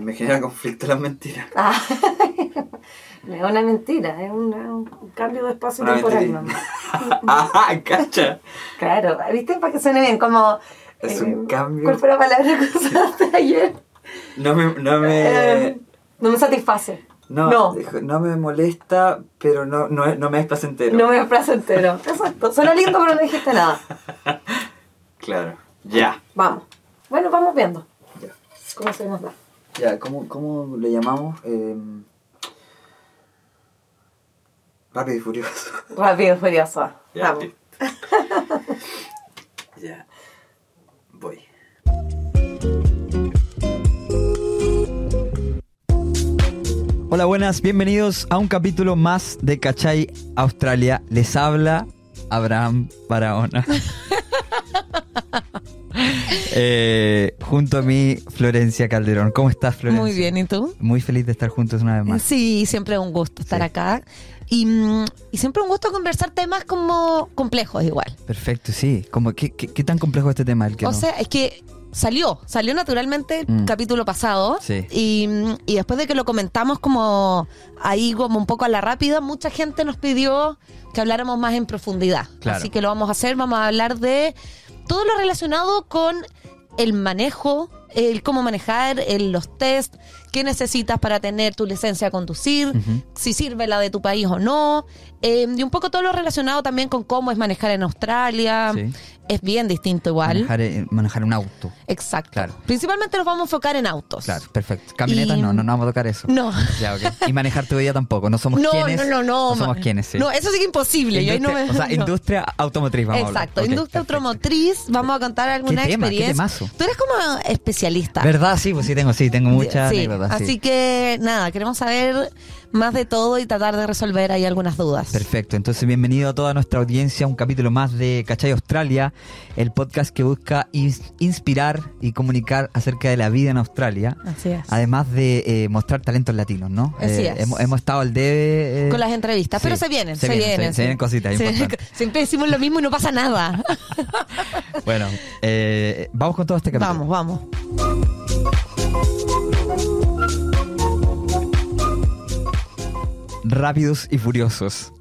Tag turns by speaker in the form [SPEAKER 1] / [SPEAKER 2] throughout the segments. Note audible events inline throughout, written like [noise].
[SPEAKER 1] me genera conflicto las mentiras.
[SPEAKER 2] Ah, [laughs] no es una mentira, es una- un cambio de espacio
[SPEAKER 1] Una
[SPEAKER 2] temporal.
[SPEAKER 1] mentirita.
[SPEAKER 2] nomás.
[SPEAKER 1] ¡Ah, [laughs] cacha!
[SPEAKER 2] Claro, ¿viste? Para que suene bien, como... eh,
[SPEAKER 1] Es un cambio.
[SPEAKER 2] ¿Cuál fue la palabra que
[SPEAKER 1] [laughs]
[SPEAKER 2] usaste ayer?
[SPEAKER 1] No me. No
[SPEAKER 2] Eh,
[SPEAKER 1] me,
[SPEAKER 2] no me satisface.
[SPEAKER 1] no,
[SPEAKER 2] no.
[SPEAKER 1] dijo, no me molesta, pero no, no, es- no me es placentero.
[SPEAKER 2] No me da plazo entero. Exacto. Suena lindo, pero no dijiste nada.
[SPEAKER 1] Claro. Ya.
[SPEAKER 2] Vamos. Bueno, vamos viendo
[SPEAKER 1] Ya.
[SPEAKER 2] cómo se nos da.
[SPEAKER 1] Ya, ¿cómo, cómo le llamamos? Eh, rápido y furioso.
[SPEAKER 2] Rápido, furioso. Vamos.
[SPEAKER 3] [laughs]
[SPEAKER 1] ya. Voy.
[SPEAKER 4] Hola, buenas, bienvenidos a un capítulo más de Cachai Australia. Les habla Abraham
[SPEAKER 3] [laughs]
[SPEAKER 4] Barahona. Eh, junto a mí, Florencia Calderón. ¿Cómo estás, Florencia?
[SPEAKER 3] Muy bien, ¿y tú?
[SPEAKER 4] Muy feliz de estar juntos una vez más.
[SPEAKER 3] Sí, siempre un gusto estar
[SPEAKER 4] Sí.
[SPEAKER 3] acá. Y, mm, y siempre un gusto conversar temas como complejos igual.
[SPEAKER 4] Perfecto, sí. Como, ¿qué, qué, qué tan complejo es este tema? El que
[SPEAKER 3] o
[SPEAKER 4] no-
[SPEAKER 3] sea, es que salió, salió naturalmente el
[SPEAKER 4] Mm.
[SPEAKER 3] capítulo pasado.
[SPEAKER 4] Sí.
[SPEAKER 3] Y, mm, y después de que lo comentamos como ahí como un poco a la rápida, mucha gente nos pidió que habláramos más en profundidad.
[SPEAKER 4] Claro.
[SPEAKER 3] Así que lo vamos a hacer, vamos a hablar de todo lo relacionado con el manejo, el cómo manejar, el- los test, qué necesitas para tener tu licencia a conducir,
[SPEAKER 4] Ujú.
[SPEAKER 3] si sirve la de tu país o no, eh, y un poco todo lo relacionado también con cómo es manejar en Australia.
[SPEAKER 4] Sí.
[SPEAKER 3] Es bien distinto igual.
[SPEAKER 4] Manejar, eh, manejar un auto.
[SPEAKER 3] Exacto.
[SPEAKER 4] Claro.
[SPEAKER 3] Principalmente nos vamos a enfocar en autos.
[SPEAKER 4] Claro, perfecto. Camionetas
[SPEAKER 3] Y-
[SPEAKER 4] no, no, no vamos a tocar eso.
[SPEAKER 3] [laughs] No.
[SPEAKER 4] Ya, ok. Y manejar tu vida tampoco. No somos
[SPEAKER 3] No,
[SPEAKER 4] quienes.
[SPEAKER 3] no, no, no.
[SPEAKER 4] No somos
[SPEAKER 3] ma-
[SPEAKER 4] quienes, sí.
[SPEAKER 3] No, eso sí que imposible. yo ahí no
[SPEAKER 4] Industria-
[SPEAKER 3] me-
[SPEAKER 4] o sea,
[SPEAKER 3] [laughs] no.
[SPEAKER 4] industria automotriz, vamos a hablar.
[SPEAKER 3] Exacto,
[SPEAKER 4] Ok,
[SPEAKER 3] industria
[SPEAKER 4] perfecto.
[SPEAKER 3] automotriz. Vamos a contar alguna
[SPEAKER 4] tema? ¿Qué
[SPEAKER 3] experiencia.
[SPEAKER 4] temazo?
[SPEAKER 3] Tú eres como especialista.
[SPEAKER 4] ¿Verdad? Sí, pues sí tengo, sí, tengo muchas
[SPEAKER 3] Sí,
[SPEAKER 4] anécdotas. sí.
[SPEAKER 3] Así que nada, queremos saber más de todo y tratar de resolver ahí algunas dudas.
[SPEAKER 4] Perfecto, entonces bienvenido a toda nuestra audiencia a un capítulo más de Cachay Australia, el podcast que busca ins- inspirar y comunicar acerca de la vida en Australia,
[SPEAKER 3] Así es.
[SPEAKER 4] además de eh, mostrar talentos latinos, ¿no?
[SPEAKER 3] Así
[SPEAKER 4] Eh,
[SPEAKER 3] es.
[SPEAKER 4] Hemos, hemos estado al debe... eh,
[SPEAKER 3] Con las entrevistas,
[SPEAKER 4] sí,
[SPEAKER 3] pero se vienen, se,
[SPEAKER 4] se
[SPEAKER 3] vienen.
[SPEAKER 4] se
[SPEAKER 3] sí.
[SPEAKER 4] vienen cositas
[SPEAKER 3] Se- [laughs]
[SPEAKER 4] importantes.
[SPEAKER 3] Siempre decimos lo mismo y no pasa nada.
[SPEAKER 4] Bueno, eh, vamos con todo este capítulo.
[SPEAKER 3] vamos, vamos.
[SPEAKER 4] Rápidos y furiosos.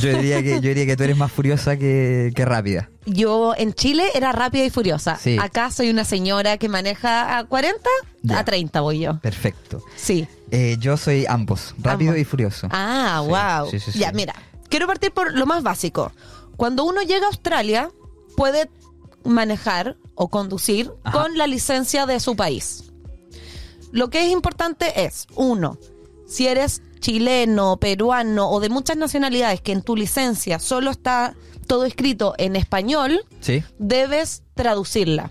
[SPEAKER 4] Yo diría que, yo diría que tú eres más furiosa que, que rápida.
[SPEAKER 3] Yo en Chile era rápida y furiosa.
[SPEAKER 4] Sí.
[SPEAKER 3] Acá soy una señora que maneja a 40,
[SPEAKER 4] Ya.
[SPEAKER 3] a 30 voy yo.
[SPEAKER 4] Perfecto.
[SPEAKER 3] Sí.
[SPEAKER 4] Eh, yo soy ambos, rápido
[SPEAKER 3] Ambos.
[SPEAKER 4] y furioso.
[SPEAKER 3] Ah,
[SPEAKER 4] Sí,
[SPEAKER 3] wow.
[SPEAKER 4] sí, sí, sí.
[SPEAKER 3] Ya, mira, quiero partir por lo más básico. Cuando uno llega a Australia, puede manejar o conducir
[SPEAKER 4] Ajá.
[SPEAKER 3] con la licencia de su país. Lo que es importante es, uno, si eres chileno, peruano o de muchas nacionalidades que en tu licencia solo está todo escrito en español,
[SPEAKER 4] Sí.
[SPEAKER 3] debes traducirla.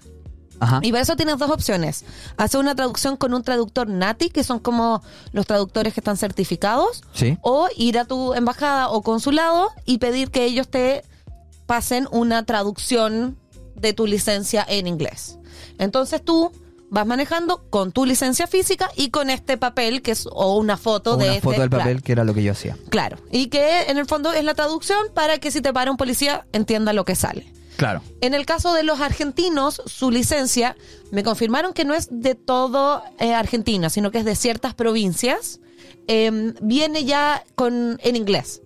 [SPEAKER 4] Ajá.
[SPEAKER 3] Y para eso tienes dos opciones. Hacer una traducción con un traductor nati, que son como los traductores que están certificados,
[SPEAKER 4] Sí.
[SPEAKER 3] o ir a tu embajada o consulado y pedir que ellos te pasen una traducción de tu licencia en inglés. Entonces tú vas manejando con tu licencia física y con este papel, que es o una foto de
[SPEAKER 4] una
[SPEAKER 3] este-
[SPEAKER 4] foto del
[SPEAKER 3] claro,
[SPEAKER 4] papel que era lo que yo hacía.
[SPEAKER 3] Claro, y que en el fondo es la traducción para que si te para un policía entienda lo que sale.
[SPEAKER 4] Claro.
[SPEAKER 3] En el caso de los argentinos, su licencia me confirmaron que no es de todo eh, Argentina, sino que es de ciertas provincias. Eh, viene ya con en inglés.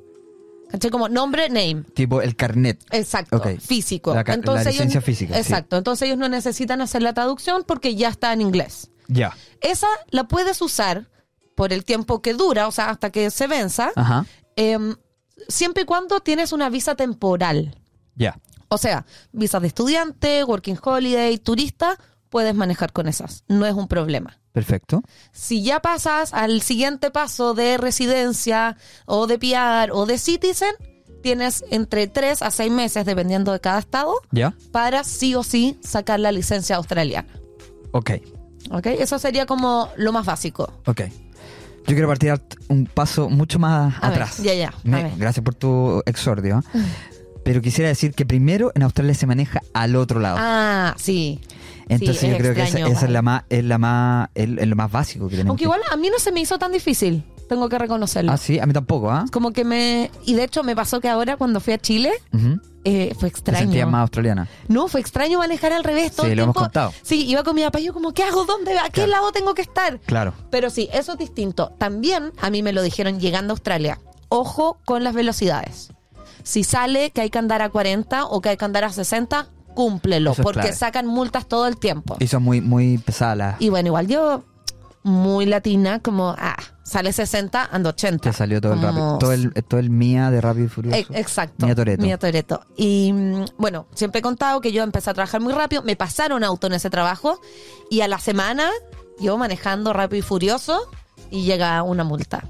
[SPEAKER 3] ¿Cachai? Como nombre, name.
[SPEAKER 4] Tipo el carnet.
[SPEAKER 3] Exacto,
[SPEAKER 4] Ok.
[SPEAKER 3] físico.
[SPEAKER 4] La ca- la licencia
[SPEAKER 3] ellos,
[SPEAKER 4] física, sí.
[SPEAKER 3] Exacto, entonces ellos no necesitan hacer la traducción porque ya está en inglés.
[SPEAKER 4] Ya.
[SPEAKER 3] Esa la puedes usar por el tiempo que dura, o sea, hasta que se venza,
[SPEAKER 4] Ajá.
[SPEAKER 3] em, siempre y cuando tienes una visa temporal.
[SPEAKER 4] Ya.
[SPEAKER 3] O sea, visas de estudiante, working holiday, turista, puedes manejar con esas. No es un problema.
[SPEAKER 4] Perfecto.
[SPEAKER 3] Si ya pasas al siguiente paso de residencia o de PR o de citizen, tienes entre 3 a 6 meses, dependiendo de cada estado,
[SPEAKER 4] Ya.
[SPEAKER 3] para sí o sí sacar la licencia australiana.
[SPEAKER 4] Ok.
[SPEAKER 3] ¿Ok? Eso sería como lo más básico.
[SPEAKER 4] Ok. Yo quiero partir at- un paso mucho más
[SPEAKER 3] A ver,
[SPEAKER 4] atrás.
[SPEAKER 3] ya, ya, a
[SPEAKER 4] Me-
[SPEAKER 3] ver.
[SPEAKER 4] gracias por tu exordio.
[SPEAKER 3] [laughs]
[SPEAKER 4] ¿eh? Pero quisiera decir que primero en Australia se maneja al otro lado.
[SPEAKER 3] Ah, sí.
[SPEAKER 4] Entonces
[SPEAKER 3] sí,
[SPEAKER 4] yo
[SPEAKER 3] es
[SPEAKER 4] creo que esa,
[SPEAKER 3] extraño,
[SPEAKER 4] esa es
[SPEAKER 3] vale.
[SPEAKER 4] la más, es la más, es es lo más básico que tenemos.
[SPEAKER 3] Aunque
[SPEAKER 4] que-
[SPEAKER 3] igual a mí no se me hizo tan difícil, tengo que reconocerlo.
[SPEAKER 4] Ah, sí, a mí tampoco, ¿ah?
[SPEAKER 3] Como que me... Y de hecho me pasó que ahora cuando fui a Chile,
[SPEAKER 4] Ujú.
[SPEAKER 3] eh, fue
[SPEAKER 4] Te sentías
[SPEAKER 3] extraño.
[SPEAKER 4] más australiana.
[SPEAKER 3] No, fue extraño manejar al revés todo
[SPEAKER 4] Sí,
[SPEAKER 3] el
[SPEAKER 4] lo hemos
[SPEAKER 3] tiempo.
[SPEAKER 4] contado.
[SPEAKER 3] Sí, iba con mi papá y yo como, ¿qué hago? ¿Dónde? ¿A qué
[SPEAKER 4] Claro.
[SPEAKER 3] lado tengo que estar?
[SPEAKER 4] Claro.
[SPEAKER 3] Pero sí, eso es distinto. También a mí me lo dijeron llegando a Australia. Ojo con las velocidades. Si sale que hay que andar a 40 o que hay que andar a 60, cúmplelo,
[SPEAKER 4] Eso es
[SPEAKER 3] porque
[SPEAKER 4] clave.
[SPEAKER 3] sacan multas todo el tiempo.
[SPEAKER 4] Y son muy, muy pesadas las-
[SPEAKER 3] Y bueno, igual yo, muy latina, como, ah, sale 60, ando 80.
[SPEAKER 4] Te salió todo el,
[SPEAKER 3] Como-
[SPEAKER 4] rápido, todo, el, todo el mía de Rápido y Furioso.
[SPEAKER 3] E- Exacto.
[SPEAKER 4] Mía Toretto.
[SPEAKER 3] Mía Toretto. Y mm, bueno, siempre he contado que yo empecé a trabajar muy rápido, me pasaron auto en ese trabajo y a la semana yo manejando rápido y furioso y llega una multa.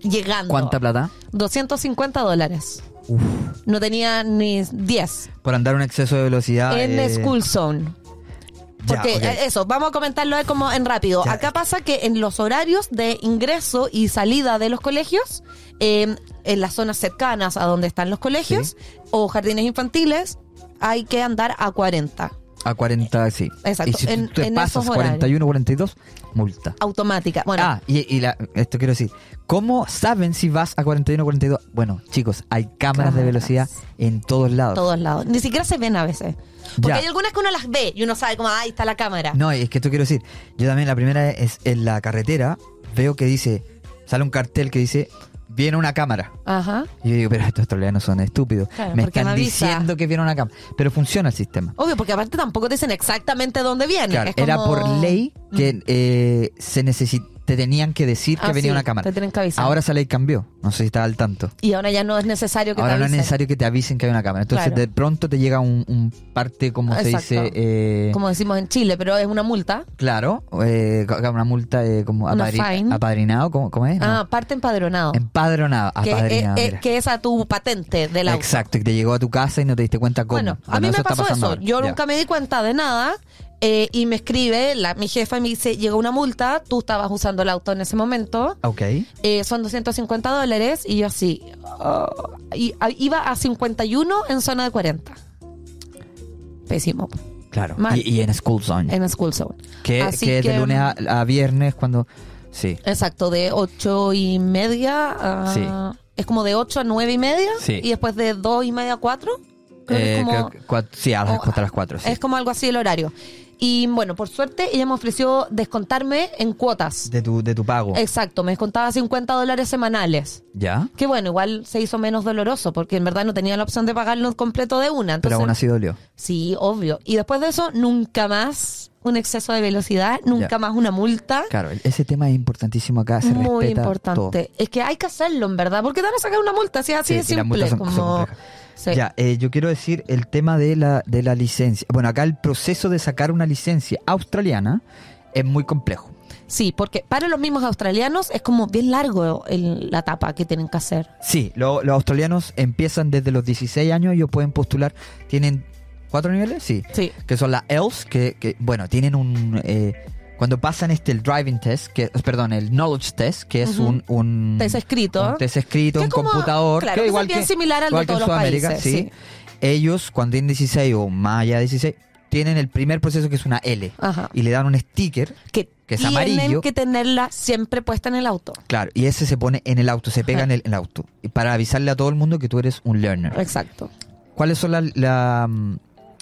[SPEAKER 3] Llegando.
[SPEAKER 4] ¿Cuánta plata?
[SPEAKER 3] 250 dólares.
[SPEAKER 4] Uf.
[SPEAKER 3] No tenía ni 10
[SPEAKER 4] Por andar un exceso de velocidad.
[SPEAKER 3] en
[SPEAKER 4] eh,
[SPEAKER 3] School Zone.
[SPEAKER 4] ya,
[SPEAKER 3] Porque
[SPEAKER 4] ok.
[SPEAKER 3] eh, eso, vamos a comentarlo ahí como en rápido.
[SPEAKER 4] Ya.
[SPEAKER 3] Acá pasa que en los horarios de ingreso y salida de los colegios, eh, en las zonas cercanas a donde están los colegios o jardines infantiles, hay que andar a 40,
[SPEAKER 4] A 40, sí.
[SPEAKER 3] Exacto,
[SPEAKER 4] Y si tú
[SPEAKER 3] en-
[SPEAKER 4] te
[SPEAKER 3] en
[SPEAKER 4] pasas
[SPEAKER 3] esos horarios.
[SPEAKER 4] 41, 42, multa.
[SPEAKER 3] automática. Bueno,
[SPEAKER 4] Ah, y, y la- esto quiero decir, ¿cómo saben si vas a 41 o 42? Bueno, chicos, hay cámaras, de
[SPEAKER 3] Cámaras.
[SPEAKER 4] velocidad en todos lados.
[SPEAKER 3] todos lados. Ni siquiera se ven a veces. Porque
[SPEAKER 4] Ya.
[SPEAKER 3] hay algunas que uno las ve y uno sabe como, ah, ahí está la cámara.
[SPEAKER 4] No, es que esto quiero decir, yo también la primera es en la carretera, veo que dice, sale un cartel que dice, viene una cámara.
[SPEAKER 3] Ajá.
[SPEAKER 4] Y yo digo, pero estos australianos son estúpidos.
[SPEAKER 3] Claro,
[SPEAKER 4] me
[SPEAKER 3] porque
[SPEAKER 4] están
[SPEAKER 3] no avisa.
[SPEAKER 4] diciendo que viene una cámara. Pero funciona el sistema.
[SPEAKER 3] Obvio, porque aparte tampoco te dicen exactamente dónde viene.
[SPEAKER 4] Claro,
[SPEAKER 3] Es como- Mm.
[SPEAKER 4] era por ley que eh, se necesi- te tenían que decir que
[SPEAKER 3] Ah,
[SPEAKER 4] venía
[SPEAKER 3] sí,
[SPEAKER 4] una cámara.
[SPEAKER 3] te tienen que avisar.
[SPEAKER 4] Ahora esa ley cambió. No sé si estás al tanto.
[SPEAKER 3] Y ahora ya no es necesario que te
[SPEAKER 4] Ahora no es
[SPEAKER 3] avisen.
[SPEAKER 4] necesario que te avisen que hay una cámara. Entonces,
[SPEAKER 3] Claro.
[SPEAKER 4] de pronto te llega un, un parte, como se
[SPEAKER 3] Exacto.
[SPEAKER 4] dice, eh,
[SPEAKER 3] Como decimos en Chile, pero es una multa.
[SPEAKER 4] claro, eh, ca- una multa eh, como
[SPEAKER 3] Una
[SPEAKER 4] apadri-
[SPEAKER 3] fine.
[SPEAKER 4] apadrinado, ¿cómo, cómo es? No.
[SPEAKER 3] Ah, parte empadronado.
[SPEAKER 4] Empadronado,
[SPEAKER 3] que, es-
[SPEAKER 4] apadrinado.
[SPEAKER 3] es,
[SPEAKER 4] mira.
[SPEAKER 3] que es a tu patente del auto.
[SPEAKER 4] Exacto, y te llegó a tu casa y no te diste cuenta cómo.
[SPEAKER 3] Bueno, a mí me
[SPEAKER 4] está
[SPEAKER 3] pasó eso.
[SPEAKER 4] pasando ahora.
[SPEAKER 3] Yo
[SPEAKER 4] Ya.
[SPEAKER 3] nunca me di cuenta de nada. eh, y me escribe la, mi jefa y me dice, llegó una multa, tú estabas usando el auto en ese momento,
[SPEAKER 4] Ok.
[SPEAKER 3] eh, son 250 dólares y yo así, oh, y, a- iba a 51 en zona de 40. Pésimo,
[SPEAKER 4] Claro.
[SPEAKER 3] Mal.
[SPEAKER 4] Y, y en School Zone.
[SPEAKER 3] en School Zone.
[SPEAKER 4] que
[SPEAKER 3] Así
[SPEAKER 4] que es de
[SPEAKER 3] que, mm,
[SPEAKER 4] lunes a, a viernes cuando... Sí.
[SPEAKER 3] Exacto, de ocho y media a-
[SPEAKER 4] Sí.
[SPEAKER 3] Es como de 8 a nueve y media.
[SPEAKER 4] Sí.
[SPEAKER 3] Y después de dos y media a 4. Creo que
[SPEAKER 4] Eh,
[SPEAKER 3] es como,
[SPEAKER 4] creo que cua- sí, a las,
[SPEAKER 3] o-
[SPEAKER 4] hasta las 4. Sí.
[SPEAKER 3] es como algo así el horario. Y bueno, por suerte ella me ofreció descontarme en cuotas.
[SPEAKER 4] De, tu, de tu pago.
[SPEAKER 3] Exacto, me descontaba 50 dólares semanales.
[SPEAKER 4] ¿Ya?
[SPEAKER 3] Que bueno, igual se hizo menos doloroso porque en verdad no tenía la opción de pagarlo completo de
[SPEAKER 4] Pero
[SPEAKER 3] una. Entonces,
[SPEAKER 4] aún así dolió.
[SPEAKER 3] Sí, obvio. Y después de eso, nunca más un exceso de velocidad, nunca
[SPEAKER 4] Ya.
[SPEAKER 3] más una multa.
[SPEAKER 4] Claro, e-, ese tema es importantísimo acá, se
[SPEAKER 3] muy
[SPEAKER 4] respeta
[SPEAKER 3] importante.
[SPEAKER 4] todo.
[SPEAKER 3] Es que hay que hacerlo, en verdad, porque te van a sacar una multa, si es así
[SPEAKER 4] Sí, y
[SPEAKER 3] de simple.
[SPEAKER 4] las multas son- son
[SPEAKER 3] como-
[SPEAKER 4] complejas.
[SPEAKER 3] Sí.
[SPEAKER 4] Ya, eh, yo quiero decir el tema de la, de la licencia. Bueno, acá el proceso de sacar una licencia australiana es muy complejo.
[SPEAKER 3] Sí, porque para los mismos australianos es como bien largo el- la etapa que tienen que hacer.
[SPEAKER 4] Sí, lo- los australianos empiezan desde los 16 años, ellos pueden postular, tienen cuatro niveles, sí,
[SPEAKER 3] Sí.
[SPEAKER 4] que son las ELS, que, que, bueno, tienen un... eh, cuando pasan este el driving test, que perdón, el knowledge test, que es
[SPEAKER 3] Ujú.
[SPEAKER 4] un, un
[SPEAKER 3] Test escrito.
[SPEAKER 4] un test escrito,
[SPEAKER 3] Que
[SPEAKER 4] un
[SPEAKER 3] como-
[SPEAKER 4] computador,
[SPEAKER 3] claro, que es bien similar al de
[SPEAKER 4] igual que
[SPEAKER 3] todos
[SPEAKER 4] en
[SPEAKER 3] los
[SPEAKER 4] Sudamérica,
[SPEAKER 3] países,
[SPEAKER 4] sí. Ellos cuando tienen 16 o más allá de 16 tienen el primer proceso que es una L
[SPEAKER 3] Ajá.
[SPEAKER 4] y le dan un sticker,
[SPEAKER 3] Que,
[SPEAKER 4] Que es
[SPEAKER 3] tienen
[SPEAKER 4] amarillo.
[SPEAKER 3] que tenerla siempre puesta en el auto.
[SPEAKER 4] claro, y ese se pone en el auto, se pega
[SPEAKER 3] Ajá.
[SPEAKER 4] en el, en el auto y para avisarle a todo el mundo que tú eres un learner.
[SPEAKER 3] Exacto.
[SPEAKER 4] ¿Cuáles son la, la, mm,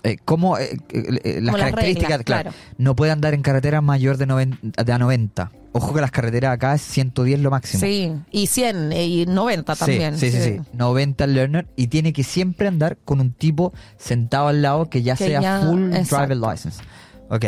[SPEAKER 4] eh, cómo, eh, eh, eh, las
[SPEAKER 3] Como las
[SPEAKER 4] características?
[SPEAKER 3] reglas,
[SPEAKER 4] claro.
[SPEAKER 3] claro.
[SPEAKER 4] No puede andar en carretera mayor de, noven- de a 90. Ojo que las carreteras acá es 110 lo máximo.
[SPEAKER 3] Sí. Y 100 y 90
[SPEAKER 4] Sí,
[SPEAKER 3] también.
[SPEAKER 4] Sí, sí, sí, 90 learner y tiene que siempre andar con un tipo sentado al lado que ya
[SPEAKER 3] Que
[SPEAKER 4] sea
[SPEAKER 3] ya-
[SPEAKER 4] full
[SPEAKER 3] exacto.
[SPEAKER 4] driver license. Ok.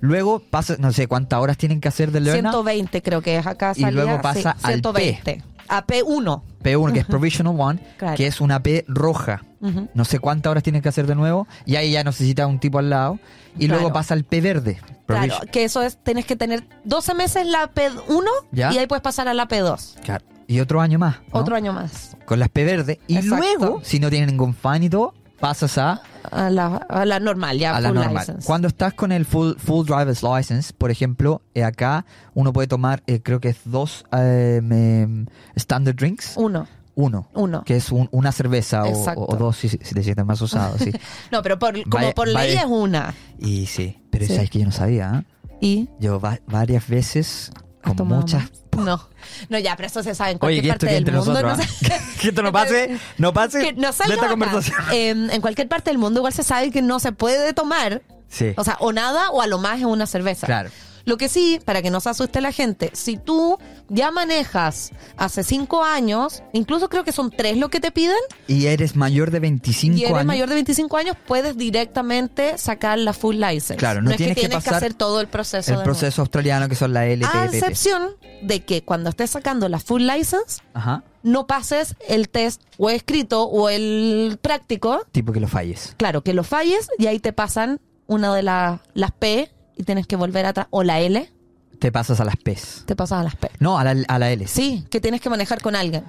[SPEAKER 4] Luego pasa, no sé cuántas horas tienen que hacer de learner.
[SPEAKER 3] 120 creo que es acá.
[SPEAKER 4] Y
[SPEAKER 3] salía,
[SPEAKER 4] luego pasa
[SPEAKER 3] sí,
[SPEAKER 4] al
[SPEAKER 3] 120. A P1.
[SPEAKER 4] P1 que
[SPEAKER 3] [laughs]
[SPEAKER 4] es provisional one,
[SPEAKER 3] Claro.
[SPEAKER 4] que es una P roja.
[SPEAKER 3] Ujú.
[SPEAKER 4] No sé cuántas horas tienen que hacer de nuevo y ahí ya necesita un tipo al lado. Y luego
[SPEAKER 3] Claro.
[SPEAKER 4] pasa al P verde.
[SPEAKER 3] Claro,
[SPEAKER 4] provision-
[SPEAKER 3] que eso es, tienes que tener 12 meses la P1
[SPEAKER 4] Ya.
[SPEAKER 3] y ahí puedes pasar a la P2.
[SPEAKER 4] Claro. Y otro año más. ¿no?
[SPEAKER 3] Otro año más.
[SPEAKER 4] Con las P verde. Y
[SPEAKER 3] Exacto.
[SPEAKER 4] luego, si no tienen ningún fan y todo, pasas a
[SPEAKER 3] A la, a la normal, ya.
[SPEAKER 4] a la
[SPEAKER 3] full
[SPEAKER 4] normal.
[SPEAKER 3] license.
[SPEAKER 4] Cuando estás con el full, full driver's license, por ejemplo, eh, acá uno puede tomar, eh, creo que es dos eh, em, standard drinks,
[SPEAKER 3] Uno.
[SPEAKER 4] uno,
[SPEAKER 3] Uno.
[SPEAKER 4] que es un- una cerveza o,
[SPEAKER 3] Exacto.
[SPEAKER 4] o dos si, si te sientes más usado,
[SPEAKER 3] [laughs]
[SPEAKER 4] sí.
[SPEAKER 3] No, pero por, como
[SPEAKER 4] Vaya-
[SPEAKER 3] por ley
[SPEAKER 4] vaya-
[SPEAKER 3] es una.
[SPEAKER 4] Y sí, pero
[SPEAKER 3] Sí.
[SPEAKER 4] sabes que yo no sabía, ¿eh?
[SPEAKER 3] Y
[SPEAKER 4] Yo va- varias veces con
[SPEAKER 3] tomado
[SPEAKER 4] muchas.
[SPEAKER 3] más? No, no, ya, pero eso se sabe en
[SPEAKER 4] Oye,
[SPEAKER 3] cualquier
[SPEAKER 4] que esto
[SPEAKER 3] parte
[SPEAKER 4] que entre
[SPEAKER 3] del mundo.
[SPEAKER 4] nosotros.
[SPEAKER 3] [laughs] no
[SPEAKER 4] ¿ah?
[SPEAKER 3] se-
[SPEAKER 4] [laughs] que esto no pase, no pase
[SPEAKER 3] [laughs] que no
[SPEAKER 4] de
[SPEAKER 3] salga
[SPEAKER 4] esta
[SPEAKER 3] acá.
[SPEAKER 4] conversación.
[SPEAKER 3] Eh, en cualquier parte del mundo igual se sabe que no se puede tomar,
[SPEAKER 4] Sí.
[SPEAKER 3] o sea, o nada o a lo más es una cerveza.
[SPEAKER 4] Claro.
[SPEAKER 3] Lo que sí, para que no se asuste la gente, si tú ya manejas hace cinco años, incluso creo que son tres lo que te piden,
[SPEAKER 4] y eres mayor de 25
[SPEAKER 3] y eres
[SPEAKER 4] años.
[SPEAKER 3] mayor de 25 años, puedes directamente sacar la full license.
[SPEAKER 4] Claro, no
[SPEAKER 3] es que
[SPEAKER 4] tienes que
[SPEAKER 3] tienes que,
[SPEAKER 4] pasar
[SPEAKER 3] hacer todo el proceso. de Ah,
[SPEAKER 4] el
[SPEAKER 3] nuevo.
[SPEAKER 4] proceso australiano que son la
[SPEAKER 3] A
[SPEAKER 4] LTTT.
[SPEAKER 3] excepción de que cuando estés sacando la full license,
[SPEAKER 4] Ajá.
[SPEAKER 3] no pases el test o escrito o el práctico.
[SPEAKER 4] Tipo que lo falles.
[SPEAKER 3] Claro, que lo falles y ahí te pasan una de la- las P y tienes que volver atrás. O la L,
[SPEAKER 4] Te pasas a las P's.
[SPEAKER 3] te pasas a las P.
[SPEAKER 4] No, a la, a la L.
[SPEAKER 3] Sí, que tienes que manejar con alguien.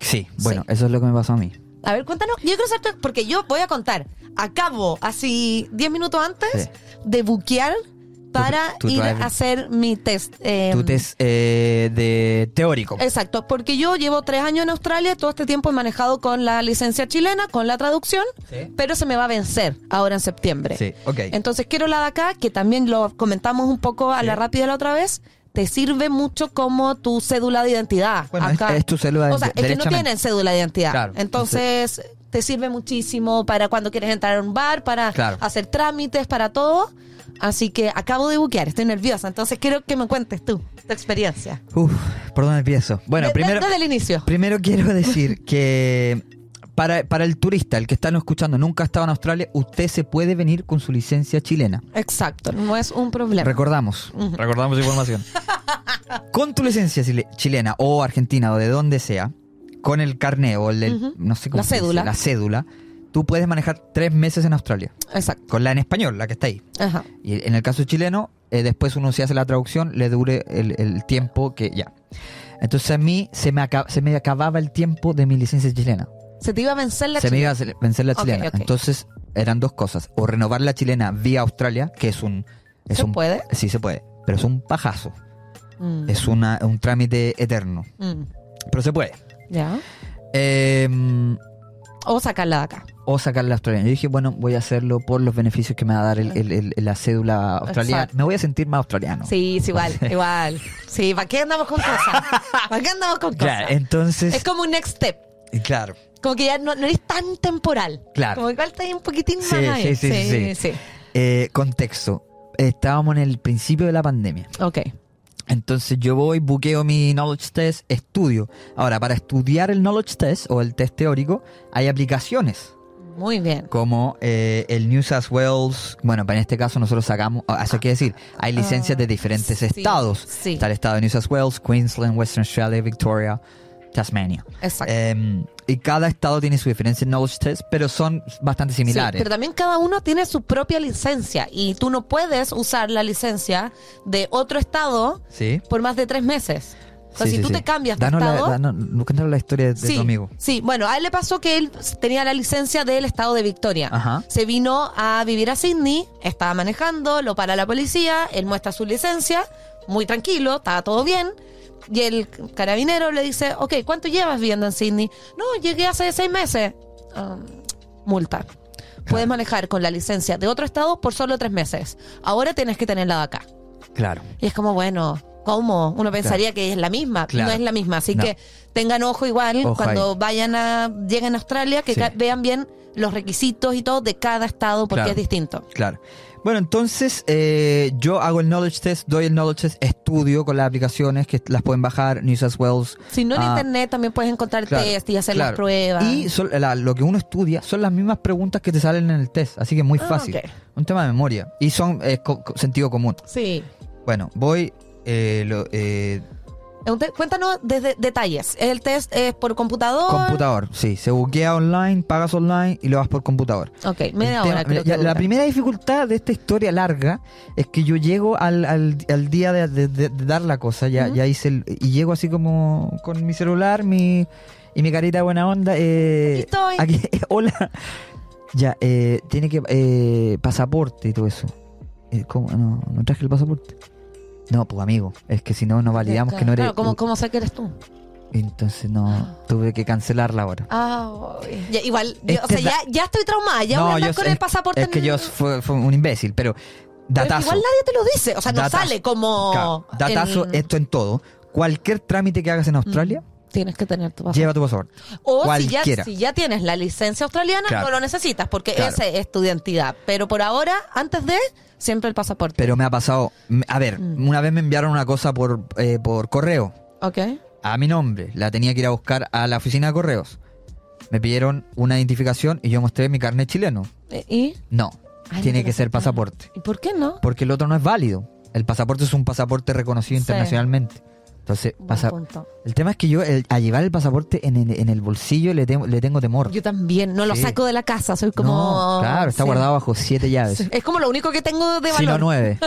[SPEAKER 4] Sí, bueno, eso es lo que me pasó a mí.
[SPEAKER 3] A ver, cuéntanos. Yo quiero saber, tu- porque yo voy a contar. Acabo, así 10 minutos antes,
[SPEAKER 4] Sí.
[SPEAKER 3] de buquear para
[SPEAKER 4] tu
[SPEAKER 3] ir
[SPEAKER 4] drive.
[SPEAKER 3] a hacer mi test. eh,
[SPEAKER 4] Tú te es eh, de teórico.
[SPEAKER 3] Exacto, porque yo llevo tres años en Australia, todo este tiempo he manejado con la licencia chilena, con la traducción,
[SPEAKER 4] Sí.
[SPEAKER 3] pero se me va a vencer ahora en septiembre.
[SPEAKER 4] Sí, ok.
[SPEAKER 3] Entonces quiero la de acá, que también lo comentamos un poco a la rápida la otra vez. Te sirve mucho como tu cédula de identidad.
[SPEAKER 4] Bueno,
[SPEAKER 3] acá.
[SPEAKER 4] es- es tu cédula de
[SPEAKER 3] O sea, es que no
[SPEAKER 4] derechamente.
[SPEAKER 3] tienen cédula de identidad.
[SPEAKER 4] Claro,
[SPEAKER 3] entonces, te sirve muchísimo para cuando quieres entrar a un bar, para
[SPEAKER 4] Claro.
[SPEAKER 3] hacer trámites, para todo. Así que acabo de buquear, estoy nerviosa. Entonces quiero que me cuentes tú, tu experiencia.
[SPEAKER 4] Uf, ¿por dónde empiezo? Bueno,
[SPEAKER 3] De- de-
[SPEAKER 4] primero,
[SPEAKER 3] desde el inicio.
[SPEAKER 4] primero quiero [laughs] decir que para, para el turista, el que está no escuchando, nunca ha estado en Australia, usted se puede venir con su licencia chilena.
[SPEAKER 3] Exacto, no es un problema.
[SPEAKER 4] Recordamos, recordamos información. [laughs] con tu licencia chile- chilena o argentina o de donde sea, con el carné o el, del-
[SPEAKER 3] Ujú.
[SPEAKER 4] no sé cómo
[SPEAKER 3] La
[SPEAKER 4] se dice,
[SPEAKER 3] cédula.
[SPEAKER 4] la cédula, tú puedes manejar tres meses en Australia.
[SPEAKER 3] Exacto.
[SPEAKER 4] Con la en español, la que está ahí.
[SPEAKER 3] Ajá.
[SPEAKER 4] Y en el caso chileno, eh, después uno se hace la traducción, le dure el, el tiempo que ya. Entonces a mí se me, aca- se me acababa el tiempo de mi licencia chilena.
[SPEAKER 3] Se te iba a vencer la
[SPEAKER 4] se me
[SPEAKER 3] chilena.
[SPEAKER 4] iba a hacer- vencer la
[SPEAKER 3] Ok,
[SPEAKER 4] chilena.
[SPEAKER 3] ok.
[SPEAKER 4] Entonces eran dos cosas. O renovar la chilena vía Australia, que es un... Es
[SPEAKER 3] ¿Se
[SPEAKER 4] un-
[SPEAKER 3] puede?
[SPEAKER 4] Sí, se puede. Pero es un pajazo.
[SPEAKER 3] Mm,
[SPEAKER 4] Es una, un trámite eterno.
[SPEAKER 3] mm,
[SPEAKER 4] Pero se puede.
[SPEAKER 3] Ya.
[SPEAKER 4] Eh,
[SPEAKER 3] O sacarla de acá.
[SPEAKER 4] o sacar la australiana. Yo dije, bueno, voy a hacerlo por los beneficios que me va a dar el- el- el- la cédula australiana.
[SPEAKER 3] Exacto.
[SPEAKER 4] Me voy a sentir más australiano.
[SPEAKER 3] Sí,
[SPEAKER 4] [laughs]
[SPEAKER 3] es igual, igual. Sí, ¿para qué andamos con cosas? ¿Para qué andamos
[SPEAKER 4] [laughs]
[SPEAKER 3] con cosas?
[SPEAKER 4] Claro, entonces...
[SPEAKER 3] es como un next step.
[SPEAKER 4] Claro.
[SPEAKER 3] Como que ya no, no eres tan temporal.
[SPEAKER 4] Claro.
[SPEAKER 3] Como igual estás un poquitín más
[SPEAKER 4] Sí,
[SPEAKER 3] ahí.
[SPEAKER 4] sí, sí, sí, sí. Eh, contexto. Estábamos en el principio de la pandemia.
[SPEAKER 3] Ok.
[SPEAKER 4] Entonces yo voy, buqueo mi knowledge test, estudio. Ahora, para estudiar el knowledge test o el test teórico, hay aplicaciones
[SPEAKER 3] Muy bien.
[SPEAKER 4] como eh, el New South Wales. Bueno, para en este caso nosotros sacamos, ah, eso quiere decir, hay licencias de diferentes
[SPEAKER 3] Ah, sí,
[SPEAKER 4] estados.
[SPEAKER 3] sí.
[SPEAKER 4] Está el estado de New South Wales, Queensland, Western Australia, Victoria, Tasmania.
[SPEAKER 3] Exacto.
[SPEAKER 4] Eh, y cada estado tiene su diferencia en knowledge test, pero son bastante
[SPEAKER 3] Sí,
[SPEAKER 4] similares.
[SPEAKER 3] pero también cada uno tiene su propia licencia y tú no puedes usar la licencia de otro estado
[SPEAKER 4] Sí.
[SPEAKER 3] por más de tres meses. O sea,
[SPEAKER 4] Sí,
[SPEAKER 3] si
[SPEAKER 4] sí,
[SPEAKER 3] tú
[SPEAKER 4] sí.
[SPEAKER 3] te cambias de
[SPEAKER 4] Danos la-
[SPEAKER 3] estado.
[SPEAKER 4] danos- nos contaron la historia de, de
[SPEAKER 3] sí,
[SPEAKER 4] tu amigo.
[SPEAKER 3] sí, bueno, a él le pasó que él tenía la licencia del estado de Victoria.
[SPEAKER 4] Ajá.
[SPEAKER 3] Se vino a vivir a Sydney, estaba manejando, lo para la policía, él muestra su licencia, muy tranquilo, estaba todo bien. Y el carabinero le dice, ok, ¿cuánto llevas viviendo en Sydney? No, llegué hace seis meses. "Ah, multa. Puedes manejar con la licencia de otro estado por solo tres meses. Ahora tienes que tenerla de acá.
[SPEAKER 4] Claro.
[SPEAKER 3] Y es como, bueno, ¿cómo? Uno pensaría que es la misma.
[SPEAKER 4] Claro.
[SPEAKER 3] No es la misma. Así
[SPEAKER 4] No.
[SPEAKER 3] que tengan ojo igual
[SPEAKER 4] Ojo
[SPEAKER 3] cuando
[SPEAKER 4] ahí.
[SPEAKER 3] vayan a, lleguen a Australia, que
[SPEAKER 4] Sí.
[SPEAKER 3] ca- vean bien los requisitos y todo de cada estado porque
[SPEAKER 4] Claro.
[SPEAKER 3] es distinto.
[SPEAKER 4] Claro. Bueno, entonces eh, yo hago el knowledge test, doy el knowledge test, estudio con las aplicaciones que las pueden bajar, New South Wales.
[SPEAKER 3] Si no en
[SPEAKER 4] ah,
[SPEAKER 3] internet también puedes encontrar
[SPEAKER 4] claro,
[SPEAKER 3] test y hacer las
[SPEAKER 4] claro.
[SPEAKER 3] pruebas.
[SPEAKER 4] Y son- la- lo que uno estudia son las mismas preguntas que te salen en el test, así que es muy
[SPEAKER 3] Ah,
[SPEAKER 4] fácil.
[SPEAKER 3] ok.
[SPEAKER 4] Un tema de memoria. Y son eh, co- co- sentido común.
[SPEAKER 3] Sí.
[SPEAKER 4] Bueno, voy... eh, lo- eh,
[SPEAKER 3] Es un te- Cuéntanos desde detalles. ¿El test es por computador?
[SPEAKER 4] computador, sí. Se buquea online, pagas online y lo vas por computador.
[SPEAKER 3] Ok,
[SPEAKER 4] El tema-
[SPEAKER 3] media hora. creo
[SPEAKER 4] mira, ya,
[SPEAKER 3] que
[SPEAKER 4] la
[SPEAKER 3] dura.
[SPEAKER 4] primera dificultad de esta historia larga es que yo llego al, al- al día de, de- de- de dar la cosa, ya, ya hice el- y llego así como con mi celular, mi y mi carita buena onda. eh,
[SPEAKER 3] Aquí estoy.
[SPEAKER 4] [laughs] hola. Ya, eh, tiene que eh, pasaporte y todo eso. Eh, ¿cómo? No, no traje el pasaporte. No, pues amigo, es que si no nos validamos que no eres.
[SPEAKER 3] Claro, ¿cómo, cómo sé que eres tú?
[SPEAKER 4] Entonces no, tuve que cancelarla ahora.
[SPEAKER 3] Ah, ya, igual,
[SPEAKER 4] Este
[SPEAKER 3] yo-
[SPEAKER 4] Es
[SPEAKER 3] o
[SPEAKER 4] que
[SPEAKER 3] sea, ya, ya estoy traumada, ya voy a andar
[SPEAKER 4] yo-
[SPEAKER 3] con
[SPEAKER 4] es-
[SPEAKER 3] el pasaporte.
[SPEAKER 4] Es que
[SPEAKER 3] en-
[SPEAKER 4] yo fue, fue un imbécil, pero
[SPEAKER 3] Pero es que
[SPEAKER 4] Datazo.
[SPEAKER 3] igual nadie te lo dice. O sea, no
[SPEAKER 4] Datazo.
[SPEAKER 3] sale como.
[SPEAKER 4] Claro, Datazo,
[SPEAKER 3] en-
[SPEAKER 4] esto en todo. Cualquier trámite que hagas en Australia,
[SPEAKER 3] Mm, Tienes que tener tu pasaporte.
[SPEAKER 4] lleva tu pasaporte.
[SPEAKER 3] O si ya,
[SPEAKER 4] cualquiera.
[SPEAKER 3] si ya tienes la licencia australiana,
[SPEAKER 4] Claro.
[SPEAKER 3] no lo necesitas, porque
[SPEAKER 4] Claro.
[SPEAKER 3] esa es tu identidad. Pero por ahora, antes de, siempre el pasaporte.
[SPEAKER 4] Pero me ha pasado. m- A ver,
[SPEAKER 3] Mm.
[SPEAKER 4] una vez me enviaron una cosa por, eh, por correo.
[SPEAKER 3] ¿Ok? E,
[SPEAKER 4] a mi nombre. La tenía que ir a buscar a la oficina de correos. Me pidieron una identificación y yo mostré mi carnet chileno.
[SPEAKER 3] E- ¿Y?
[SPEAKER 4] No,
[SPEAKER 3] Ay,
[SPEAKER 4] tiene
[SPEAKER 3] Ah, no
[SPEAKER 4] que ser
[SPEAKER 3] aceptaron.
[SPEAKER 4] pasaporte.
[SPEAKER 3] ¿Y por qué no?
[SPEAKER 4] Porque el otro no es válido. El pasaporte es un pasaporte reconocido
[SPEAKER 3] Sí.
[SPEAKER 4] internacionalmente. Entonces,
[SPEAKER 3] Buen
[SPEAKER 4] pasa-
[SPEAKER 3] punto.
[SPEAKER 4] el tema es que yo el- a llevar el pasaporte en el, en el bolsillo le, temo- le tengo temor.
[SPEAKER 3] Yo también, no lo
[SPEAKER 4] Sí.
[SPEAKER 3] saco de la casa, soy como...
[SPEAKER 4] No, claro, está
[SPEAKER 3] Sí.
[SPEAKER 4] guardado bajo siete llaves.
[SPEAKER 3] Sí. Es como lo único que tengo de valor.
[SPEAKER 4] sino
[SPEAKER 3] [laughs]
[SPEAKER 4] nueve.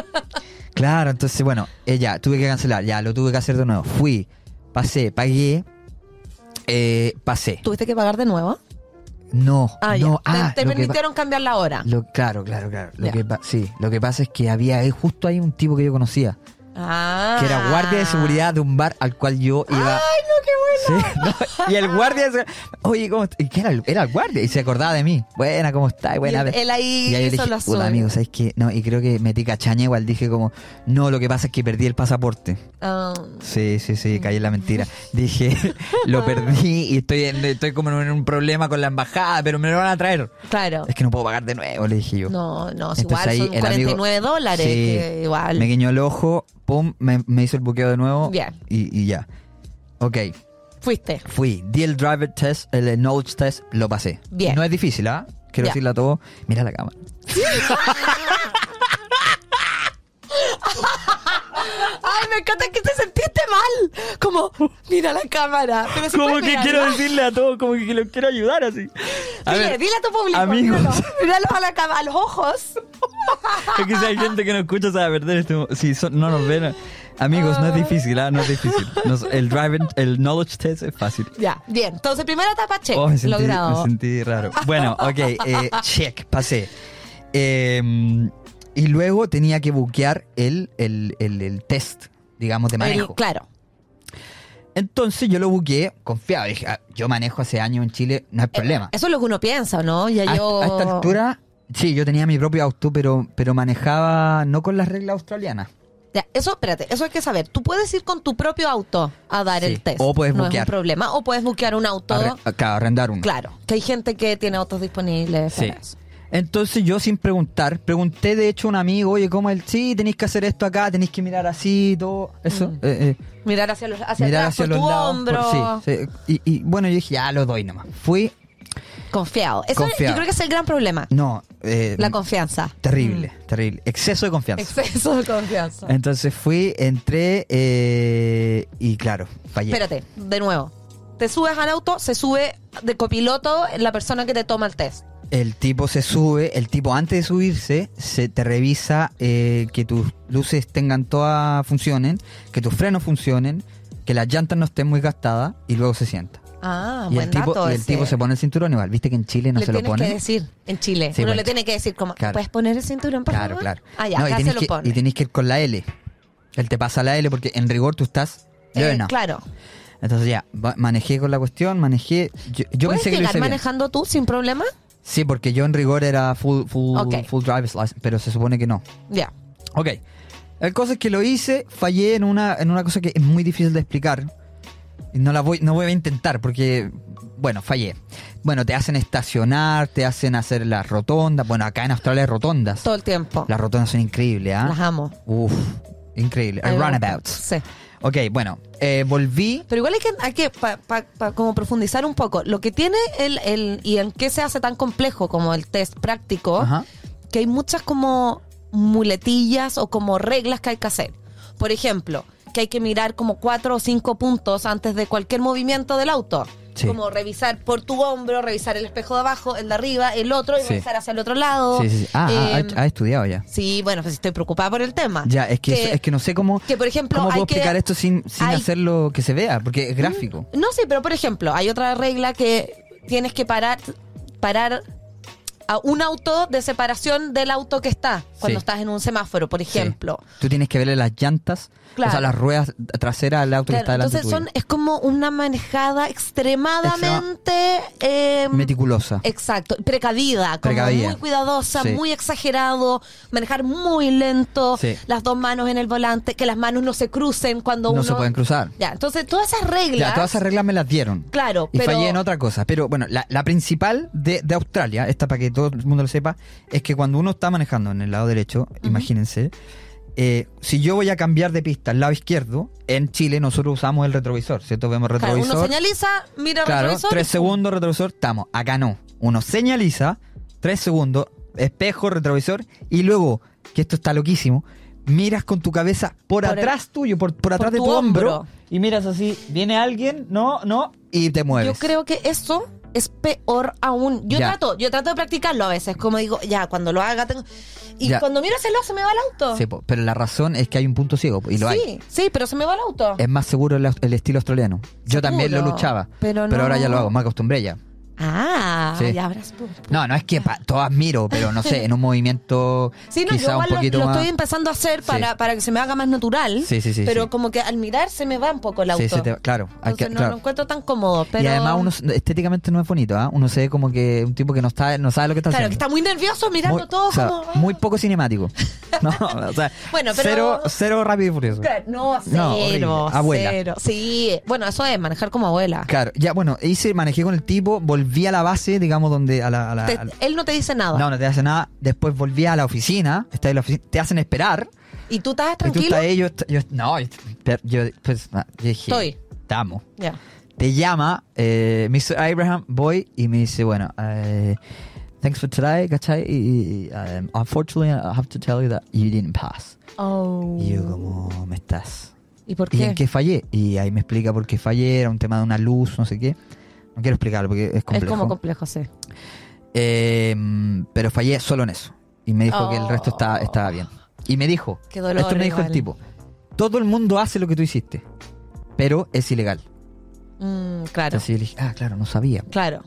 [SPEAKER 4] Claro, entonces, bueno, ella, tuve que cancelar, ya, lo tuve que hacer de nuevo. Fui, pasé, pagué, eh, pasé.
[SPEAKER 3] ¿Tuviste que pagar de nuevo?
[SPEAKER 4] No,
[SPEAKER 3] Ah,
[SPEAKER 4] no,
[SPEAKER 3] ya. Te-
[SPEAKER 4] ah,
[SPEAKER 3] te
[SPEAKER 4] lo que pa-
[SPEAKER 3] permitieron cambiar la hora.
[SPEAKER 4] lo- claro, claro, claro. Lo
[SPEAKER 3] Ya.
[SPEAKER 4] que pa- sí, lo que pasa es que había eh, justo ahí un tipo que yo conocía,
[SPEAKER 3] Ah.
[SPEAKER 4] que era guardia de seguridad de un bar al cual yo iba.
[SPEAKER 3] Ay, no, qué
[SPEAKER 4] Sí,
[SPEAKER 3] bueno.
[SPEAKER 4] [laughs] no, y el guardia de seguridad, oye, ¿cómo est- y que era, el- era el guardia y se acordaba de mí. Buena, ¿cómo está? Buena.
[SPEAKER 3] Y él- él ahí
[SPEAKER 4] Y ahí yo le
[SPEAKER 3] hizo
[SPEAKER 4] dije,
[SPEAKER 3] lo
[SPEAKER 4] "Puta,
[SPEAKER 3] suyo".
[SPEAKER 4] amigo, ¿sabes qué? No, y creo que metí cachaña igual, dije como, no, lo que pasa es que perdí el pasaporte.
[SPEAKER 3] Ah,
[SPEAKER 4] Sí, sí,
[SPEAKER 3] Mm.
[SPEAKER 4] sí, caí en la mentira.
[SPEAKER 3] [laughs]
[SPEAKER 4] Dije, [laughs] lo perdí y estoy, en- estoy como en un problema con la embajada, pero me lo van a traer.
[SPEAKER 3] claro.
[SPEAKER 4] Es que no puedo pagar de nuevo, le dije yo.
[SPEAKER 3] No, no, es
[SPEAKER 4] Entonces
[SPEAKER 3] igual
[SPEAKER 4] ahí
[SPEAKER 3] son
[SPEAKER 4] el amigo-
[SPEAKER 3] 49 dólares.
[SPEAKER 4] Sí.
[SPEAKER 3] que igual.
[SPEAKER 4] Me guiñó el ojo, pum, me, me hizo el buqueo de nuevo.
[SPEAKER 3] Bien.
[SPEAKER 4] Y, y ya. Ok,
[SPEAKER 3] Fuiste.
[SPEAKER 4] fui. Di el driver test, el knowledge test, lo pasé.
[SPEAKER 3] Bien.
[SPEAKER 4] No es difícil, ¿ah? Quiero
[SPEAKER 3] Ya.
[SPEAKER 4] decirle a todos, mira la cámara.
[SPEAKER 3] Ay, me encanta que te sentiste mal. Como, mira la cámara. Pero si puedes mirarla.
[SPEAKER 4] decirle a todos? Como que los quiero ayudar así.
[SPEAKER 3] Dile, dile a tu público.
[SPEAKER 4] amigos.
[SPEAKER 3] Míralo, míralo a, la cama- a los ojos.
[SPEAKER 4] Es que si hay gente que nos escucha se va a perder este mo- Si son- no nos ven. Amigos, no es difícil, ¿ah? No es difícil. No, el driver, el knowledge test es fácil.
[SPEAKER 3] Ya, bien. Entonces, primera etapa, check.
[SPEAKER 4] Oh, me sentí, me
[SPEAKER 3] Logrado.
[SPEAKER 4] sentí raro. Bueno, ok, eh, check, pasé. Eh, y luego tenía que buquear el, el, el- el test, digamos, de
[SPEAKER 3] El-
[SPEAKER 4] manejo.
[SPEAKER 3] claro.
[SPEAKER 4] Entonces yo lo buqueé confiado. Dije, "Ah, yo manejo hace años en Chile, no
[SPEAKER 3] Eh,
[SPEAKER 4] hay problema.
[SPEAKER 3] Eso es lo que uno piensa, ¿no? Ya
[SPEAKER 4] a,
[SPEAKER 3] yo.
[SPEAKER 4] a esta altura, sí, yo tenía mi propio auto, pero, pero manejaba no con las reglas australianas.
[SPEAKER 3] Ya, eso, espérate, eso hay que saber. Tú puedes ir con tu propio auto a dar
[SPEAKER 4] Sí,
[SPEAKER 3] el test.
[SPEAKER 4] o puedes
[SPEAKER 3] no
[SPEAKER 4] buquear.
[SPEAKER 3] es un problema. O puedes buquear un auto.
[SPEAKER 4] Arre- acá, arrendar uno.
[SPEAKER 3] Claro, que hay gente que tiene autos disponibles.
[SPEAKER 4] Sí.
[SPEAKER 3] para eso.
[SPEAKER 4] Entonces yo sin preguntar, pregunté de hecho a un amigo, oye, ¿cómo el sí, tenéis que hacer esto acá, tenéis que mirar así, todo eso. eh, eh.
[SPEAKER 3] Mirar hacia los hacia
[SPEAKER 4] mirar
[SPEAKER 3] Mm. atrás,
[SPEAKER 4] hacia
[SPEAKER 3] por
[SPEAKER 4] los
[SPEAKER 3] tu
[SPEAKER 4] lados.
[SPEAKER 3] hombro.
[SPEAKER 4] por- sí, sí. Y, y, bueno, yo dije, ya lo doy nomás. Fui,
[SPEAKER 3] Confiado. Eso es-
[SPEAKER 4] Confiado.
[SPEAKER 3] yo creo que es el gran problema.
[SPEAKER 4] no, eh,
[SPEAKER 3] La confianza. Mm.
[SPEAKER 4] terrible, terrible, exceso de confianza.
[SPEAKER 3] Exceso de confianza.
[SPEAKER 4] Entonces fui, entré eh, y claro, fallé.
[SPEAKER 3] Espérate, de nuevo. Te subes al auto, se sube de copiloto la persona que te toma el test.
[SPEAKER 4] El tipo se sube, el tipo antes de subirse se te revisa eh, que tus luces tengan todas funcionen, que tus frenos funcionen, que las llantas no estén muy gastadas y luego se sienta.
[SPEAKER 3] Ah,
[SPEAKER 4] y
[SPEAKER 3] buen
[SPEAKER 4] el tipo,
[SPEAKER 3] dato
[SPEAKER 4] y el
[SPEAKER 3] ese.
[SPEAKER 4] tipo se pone el cinturón igual, viste que en Chile no
[SPEAKER 3] le
[SPEAKER 4] se lo
[SPEAKER 3] tienes
[SPEAKER 4] pone.
[SPEAKER 3] que decir en Chile.
[SPEAKER 4] Sí,
[SPEAKER 3] Uno
[SPEAKER 4] bueno.
[SPEAKER 3] le tiene que decir como,
[SPEAKER 4] Claro.
[SPEAKER 3] ¿puedes poner el cinturón, por
[SPEAKER 4] Claro,
[SPEAKER 3] favor?
[SPEAKER 4] claro.
[SPEAKER 3] Ah, ya,
[SPEAKER 4] No, y
[SPEAKER 3] acá
[SPEAKER 4] tenés
[SPEAKER 3] se lo
[SPEAKER 4] que,
[SPEAKER 3] pone.
[SPEAKER 4] Y tenés que ir con la L. Él te pasa la L porque en rigor tú estás
[SPEAKER 3] Eh,
[SPEAKER 4] learner.
[SPEAKER 3] claro.
[SPEAKER 4] Entonces ya, va- manejé con la cuestión, manejé. Yo, yo
[SPEAKER 3] ¿Puedes
[SPEAKER 4] pensé que lo
[SPEAKER 3] llegar
[SPEAKER 4] hice bien.
[SPEAKER 3] manejando tú sin problema?
[SPEAKER 4] Sí, porque yo en rigor era full, full,
[SPEAKER 3] Ok.
[SPEAKER 4] full driver's license, pero se supone que no.
[SPEAKER 3] Ya.
[SPEAKER 4] Ok. La cosa es que lo hice, fallé en una, en una cosa que es muy difícil de explicar. Y No la voy, no voy a intentar porque, bueno, fallé. Bueno, te hacen estacionar, te hacen hacer las rotondas. Bueno, acá en Australia hay rotondas.
[SPEAKER 3] Todo el tiempo.
[SPEAKER 4] Las rotondas son increíbles, ¿ah?
[SPEAKER 3] Las amo.
[SPEAKER 4] Uf, increíble.
[SPEAKER 3] Ahí
[SPEAKER 4] El
[SPEAKER 3] va.
[SPEAKER 4] runabouts.
[SPEAKER 3] Sí.
[SPEAKER 4] Ok, bueno, eh, volví.
[SPEAKER 3] Pero igual hay que, hay que pa- pa- pa- como profundizar un poco. Lo que tiene el, el- y en qué se hace tan complejo como el test práctico,
[SPEAKER 4] Ajá.
[SPEAKER 3] que hay muchas como muletillas o como reglas que hay que hacer. Por ejemplo, que hay que mirar como cuatro o cinco puntos antes de cualquier movimiento del auto.
[SPEAKER 4] Sí.
[SPEAKER 3] Como revisar por tu hombro, revisar el espejo de abajo, el de arriba, el otro y
[SPEAKER 4] Sí.
[SPEAKER 3] revisar hacia el otro lado.
[SPEAKER 4] Sí, sí, sí. Ah, ah,
[SPEAKER 3] Em,
[SPEAKER 4] ha, ha estudiado ya.
[SPEAKER 3] Sí, bueno, pues estoy preocupada por el tema.
[SPEAKER 4] Ya, es que, eso- es que no sé cómo,
[SPEAKER 3] que, por ejemplo,
[SPEAKER 4] cómo
[SPEAKER 3] hay
[SPEAKER 4] puedo
[SPEAKER 3] que-
[SPEAKER 4] explicar esto sin, sin
[SPEAKER 3] hay- Mm.
[SPEAKER 4] hacerlo que se vea, porque es gráfico.
[SPEAKER 3] No, sí, pero por ejemplo, hay otra regla que tienes que parar, parar a un auto de separación del auto que está cuando
[SPEAKER 4] Sí.
[SPEAKER 3] estás en un semáforo, por
[SPEAKER 4] Sí.
[SPEAKER 3] ejemplo.
[SPEAKER 4] Tú tienes que verle las llantas,
[SPEAKER 3] Claro.
[SPEAKER 4] o sea, las ruedas traseras al auto que
[SPEAKER 3] Claro,
[SPEAKER 4] está delante
[SPEAKER 3] entonces son,
[SPEAKER 4] tuyo.
[SPEAKER 3] es como una manejada extremadamente eh,
[SPEAKER 4] Meticulosa.
[SPEAKER 3] exacto, precavida, como
[SPEAKER 4] Precavida.
[SPEAKER 3] muy cuidadosa,
[SPEAKER 4] Sí.
[SPEAKER 3] muy exagerado, manejar muy lento,
[SPEAKER 4] Sí.
[SPEAKER 3] las dos manos en el volante, que las manos no se crucen cuando
[SPEAKER 4] No
[SPEAKER 3] uno
[SPEAKER 4] se pueden cruzar.
[SPEAKER 3] Ya, entonces todas esas reglas.
[SPEAKER 4] Ya, todas esas reglas me las dieron.
[SPEAKER 3] Claro,
[SPEAKER 4] Y
[SPEAKER 3] pero-
[SPEAKER 4] fallé en otra cosa. Pero bueno, la, la principal de, de Australia, esta para que todo el mundo lo sepa, es que cuando uno está manejando en el lado derecho, imagínense, eh, si yo voy a cambiar de pista al lado izquierdo, en Chile nosotros usamos el retrovisor, ¿cierto? Vemos
[SPEAKER 3] Claro,
[SPEAKER 4] retrovisor.
[SPEAKER 3] uno señaliza, mira el
[SPEAKER 4] Claro,
[SPEAKER 3] retrovisor.
[SPEAKER 4] tres
[SPEAKER 3] y-
[SPEAKER 4] segundos, retrovisor, estamos. Acá no. Uno señaliza, tres segundos, espejo, retrovisor, y luego, que esto está loquísimo, miras con tu cabeza por,
[SPEAKER 3] Por el-
[SPEAKER 4] atrás tuyo, por, por atrás de
[SPEAKER 3] tu
[SPEAKER 4] tu hombro,
[SPEAKER 3] hombro.
[SPEAKER 4] y miras así, viene alguien, no, no, y te mueves.
[SPEAKER 3] Yo creo que eso es peor aún. Yo
[SPEAKER 4] Ya.
[SPEAKER 3] trato, yo trato de practicarlo a veces, como digo, ya, cuando lo haga tengo... Y
[SPEAKER 4] Ya.
[SPEAKER 3] cuando miro hacia el lado se me va el auto.
[SPEAKER 4] Sí, po, pero la razón es que hay un punto ciego, po, y lo
[SPEAKER 3] sí,
[SPEAKER 4] hay.
[SPEAKER 3] sí, pero se me va el auto.
[SPEAKER 4] Es más seguro el, el estilo australiano. Yo
[SPEAKER 3] Seguro,
[SPEAKER 4] también lo luchaba,
[SPEAKER 3] pero
[SPEAKER 4] pero,
[SPEAKER 3] no.
[SPEAKER 4] ahora ya lo hago, me acostumbré ya.
[SPEAKER 3] Ah,
[SPEAKER 4] Sí.
[SPEAKER 3] ya habrás tú.
[SPEAKER 4] No, no es que pa- todas miro, pero no sé, en un movimiento
[SPEAKER 3] Sí, no, yo
[SPEAKER 4] quizá un
[SPEAKER 3] igual lo-
[SPEAKER 4] poquito
[SPEAKER 3] lo,
[SPEAKER 4] más...
[SPEAKER 3] estoy empezando a hacer
[SPEAKER 4] Sí.
[SPEAKER 3] para, para que se me haga más natural.
[SPEAKER 4] Sí, sí, sí,
[SPEAKER 3] Pero
[SPEAKER 4] sí.
[SPEAKER 3] como que al mirar se me va un poco el auto.
[SPEAKER 4] Sí, se te va- claro, hay que-
[SPEAKER 3] Entonces no
[SPEAKER 4] claro.
[SPEAKER 3] lo encuentro tan cómodo. Pero...
[SPEAKER 4] Y además uno s- estéticamente no es bonito, ¿ah? Uno se ve como que un tipo que no está, no sabe lo que está
[SPEAKER 3] Claro, que
[SPEAKER 4] haciendo.
[SPEAKER 3] está muy nervioso mirando
[SPEAKER 4] muy,
[SPEAKER 3] todo
[SPEAKER 4] o sea,
[SPEAKER 3] como... ah.
[SPEAKER 4] muy poco cinemático.
[SPEAKER 3] [laughs]
[SPEAKER 4] No, o sea,
[SPEAKER 3] Bueno, pero-
[SPEAKER 4] cero, cero rápido y furioso.
[SPEAKER 3] Claro, No, cero,
[SPEAKER 4] No, horrible. Abuela.
[SPEAKER 3] cero. Sí, bueno, eso es manejar como abuela.
[SPEAKER 4] Claro, ya bueno, hice, manejé con el tipo, volví a la base, digamos, donde a la, a la-
[SPEAKER 3] Te-
[SPEAKER 4] a la-
[SPEAKER 3] él no te dice nada.
[SPEAKER 4] no, no te hace nada. Después volví a la oficina, está en la oficina, te hacen esperar.
[SPEAKER 3] ¿Y tú estás
[SPEAKER 4] Y tú
[SPEAKER 3] tranquilo?
[SPEAKER 4] estás ahí, yo, est- yo est- no, yo, per- yo, pues, ah, yo dije,
[SPEAKER 3] Estoy.
[SPEAKER 4] estamos.
[SPEAKER 3] Ya.
[SPEAKER 4] te llama eh, Mr. Abraham, voy y me dice, bueno, eh, thanks for today, ¿cachai? Y, y, um, unfortunately, I have to tell you that you didn't pass. Y yo como, ¿me estás?
[SPEAKER 3] ¿Y por
[SPEAKER 4] ¿Y
[SPEAKER 3] qué?
[SPEAKER 4] en qué fallé? Y ahí me explica por qué fallé, era un tema de una luz, no sé qué. No quiero explicarlo porque es
[SPEAKER 3] es
[SPEAKER 4] complejo.
[SPEAKER 3] como complejo, sí.
[SPEAKER 4] Eh, mm, pero fallé solo en eso. Y me dijo que el resto estaba,
[SPEAKER 3] Oh.
[SPEAKER 4] estaba bien. Y me dijo,
[SPEAKER 3] Qué dolor
[SPEAKER 4] esto me dijo el
[SPEAKER 3] igual.
[SPEAKER 4] tipo, todo el mundo hace lo que tú hiciste, pero es ilegal.
[SPEAKER 3] Mm, claro,
[SPEAKER 4] Entonces yo le dije, ah, claro, no sabía.
[SPEAKER 3] claro.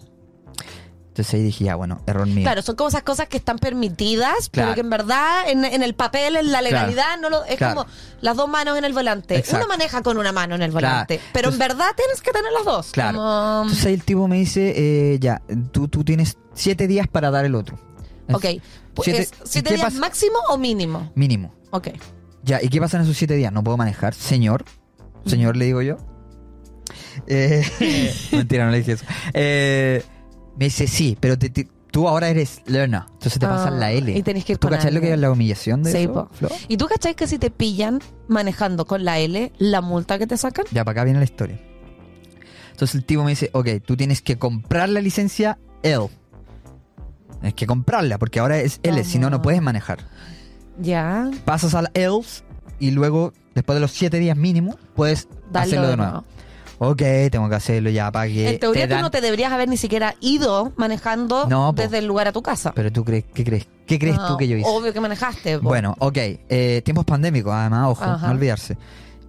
[SPEAKER 4] Entonces ahí dije, ya, bueno, error mío.
[SPEAKER 3] Claro, son como esas cosas que están permitidas, pero
[SPEAKER 4] Claro.
[SPEAKER 3] que en verdad en, en el papel, en la legalidad, no lo, es
[SPEAKER 4] Claro.
[SPEAKER 3] como las dos manos en el volante.
[SPEAKER 4] Exacto.
[SPEAKER 3] Uno maneja con una mano en el volante,
[SPEAKER 4] Claro.
[SPEAKER 3] pero en
[SPEAKER 4] Entonces-
[SPEAKER 3] verdad tienes que tener las dos.
[SPEAKER 4] Claro.
[SPEAKER 3] Como,
[SPEAKER 4] Entonces ahí el tipo me dice, eh, ya, tú, tú tienes siete días para dar el otro.
[SPEAKER 3] ok, pues,
[SPEAKER 4] Siete-
[SPEAKER 3] ¿siete,
[SPEAKER 4] ¿qué
[SPEAKER 3] días
[SPEAKER 4] pasa?
[SPEAKER 3] máximo o mínimo?
[SPEAKER 4] Mínimo.
[SPEAKER 3] Ok.
[SPEAKER 4] Ya, ¿y qué pasa en esos siete días? No puedo manejar, señor. Señor, le digo yo.
[SPEAKER 3] [laughs]
[SPEAKER 4] Eh, mentira, no le dije eso. Eh, me dice, sí, pero te- te- tú ahora eres learner. Entonces te
[SPEAKER 3] Ah,
[SPEAKER 4] pasan la L.
[SPEAKER 3] y tenés que ir
[SPEAKER 4] ¿Tú
[SPEAKER 3] con
[SPEAKER 4] cachás lo
[SPEAKER 3] alguien.
[SPEAKER 4] que es la humillación de
[SPEAKER 3] Sí,
[SPEAKER 4] eso,
[SPEAKER 3] po.
[SPEAKER 4] Flo?
[SPEAKER 3] ¿Y tú cachás que si te pillan manejando con la L, la multa que te sacan?
[SPEAKER 4] Ya, para acá viene la historia. Entonces el tipo me dice, ok, tú tienes que comprar la licencia L. Tienes que comprarla, porque ahora es L, si no, no
[SPEAKER 3] Vamos.
[SPEAKER 4] puedes manejar.
[SPEAKER 3] Ya.
[SPEAKER 4] pasas a la ELS y luego, después de los 7 días mínimo, puedes
[SPEAKER 3] Dale
[SPEAKER 4] hacerlo
[SPEAKER 3] de
[SPEAKER 4] de nuevo.
[SPEAKER 3] nuevo.
[SPEAKER 4] Ok, tengo que hacerlo ya para que.
[SPEAKER 3] En teoría
[SPEAKER 4] te
[SPEAKER 3] tú
[SPEAKER 4] dan-
[SPEAKER 3] no te deberías haber ni siquiera ido manejando
[SPEAKER 4] No, po.
[SPEAKER 3] desde el lugar a tu casa.
[SPEAKER 4] Pero tú crees, ¿qué crees? ¿Qué crees
[SPEAKER 3] No,
[SPEAKER 4] tú que yo hice?
[SPEAKER 3] Obvio que manejaste. po.
[SPEAKER 4] Bueno, ok. eh, tiempos pandémicos, además, ojo,
[SPEAKER 3] Ajá.
[SPEAKER 4] no olvidarse.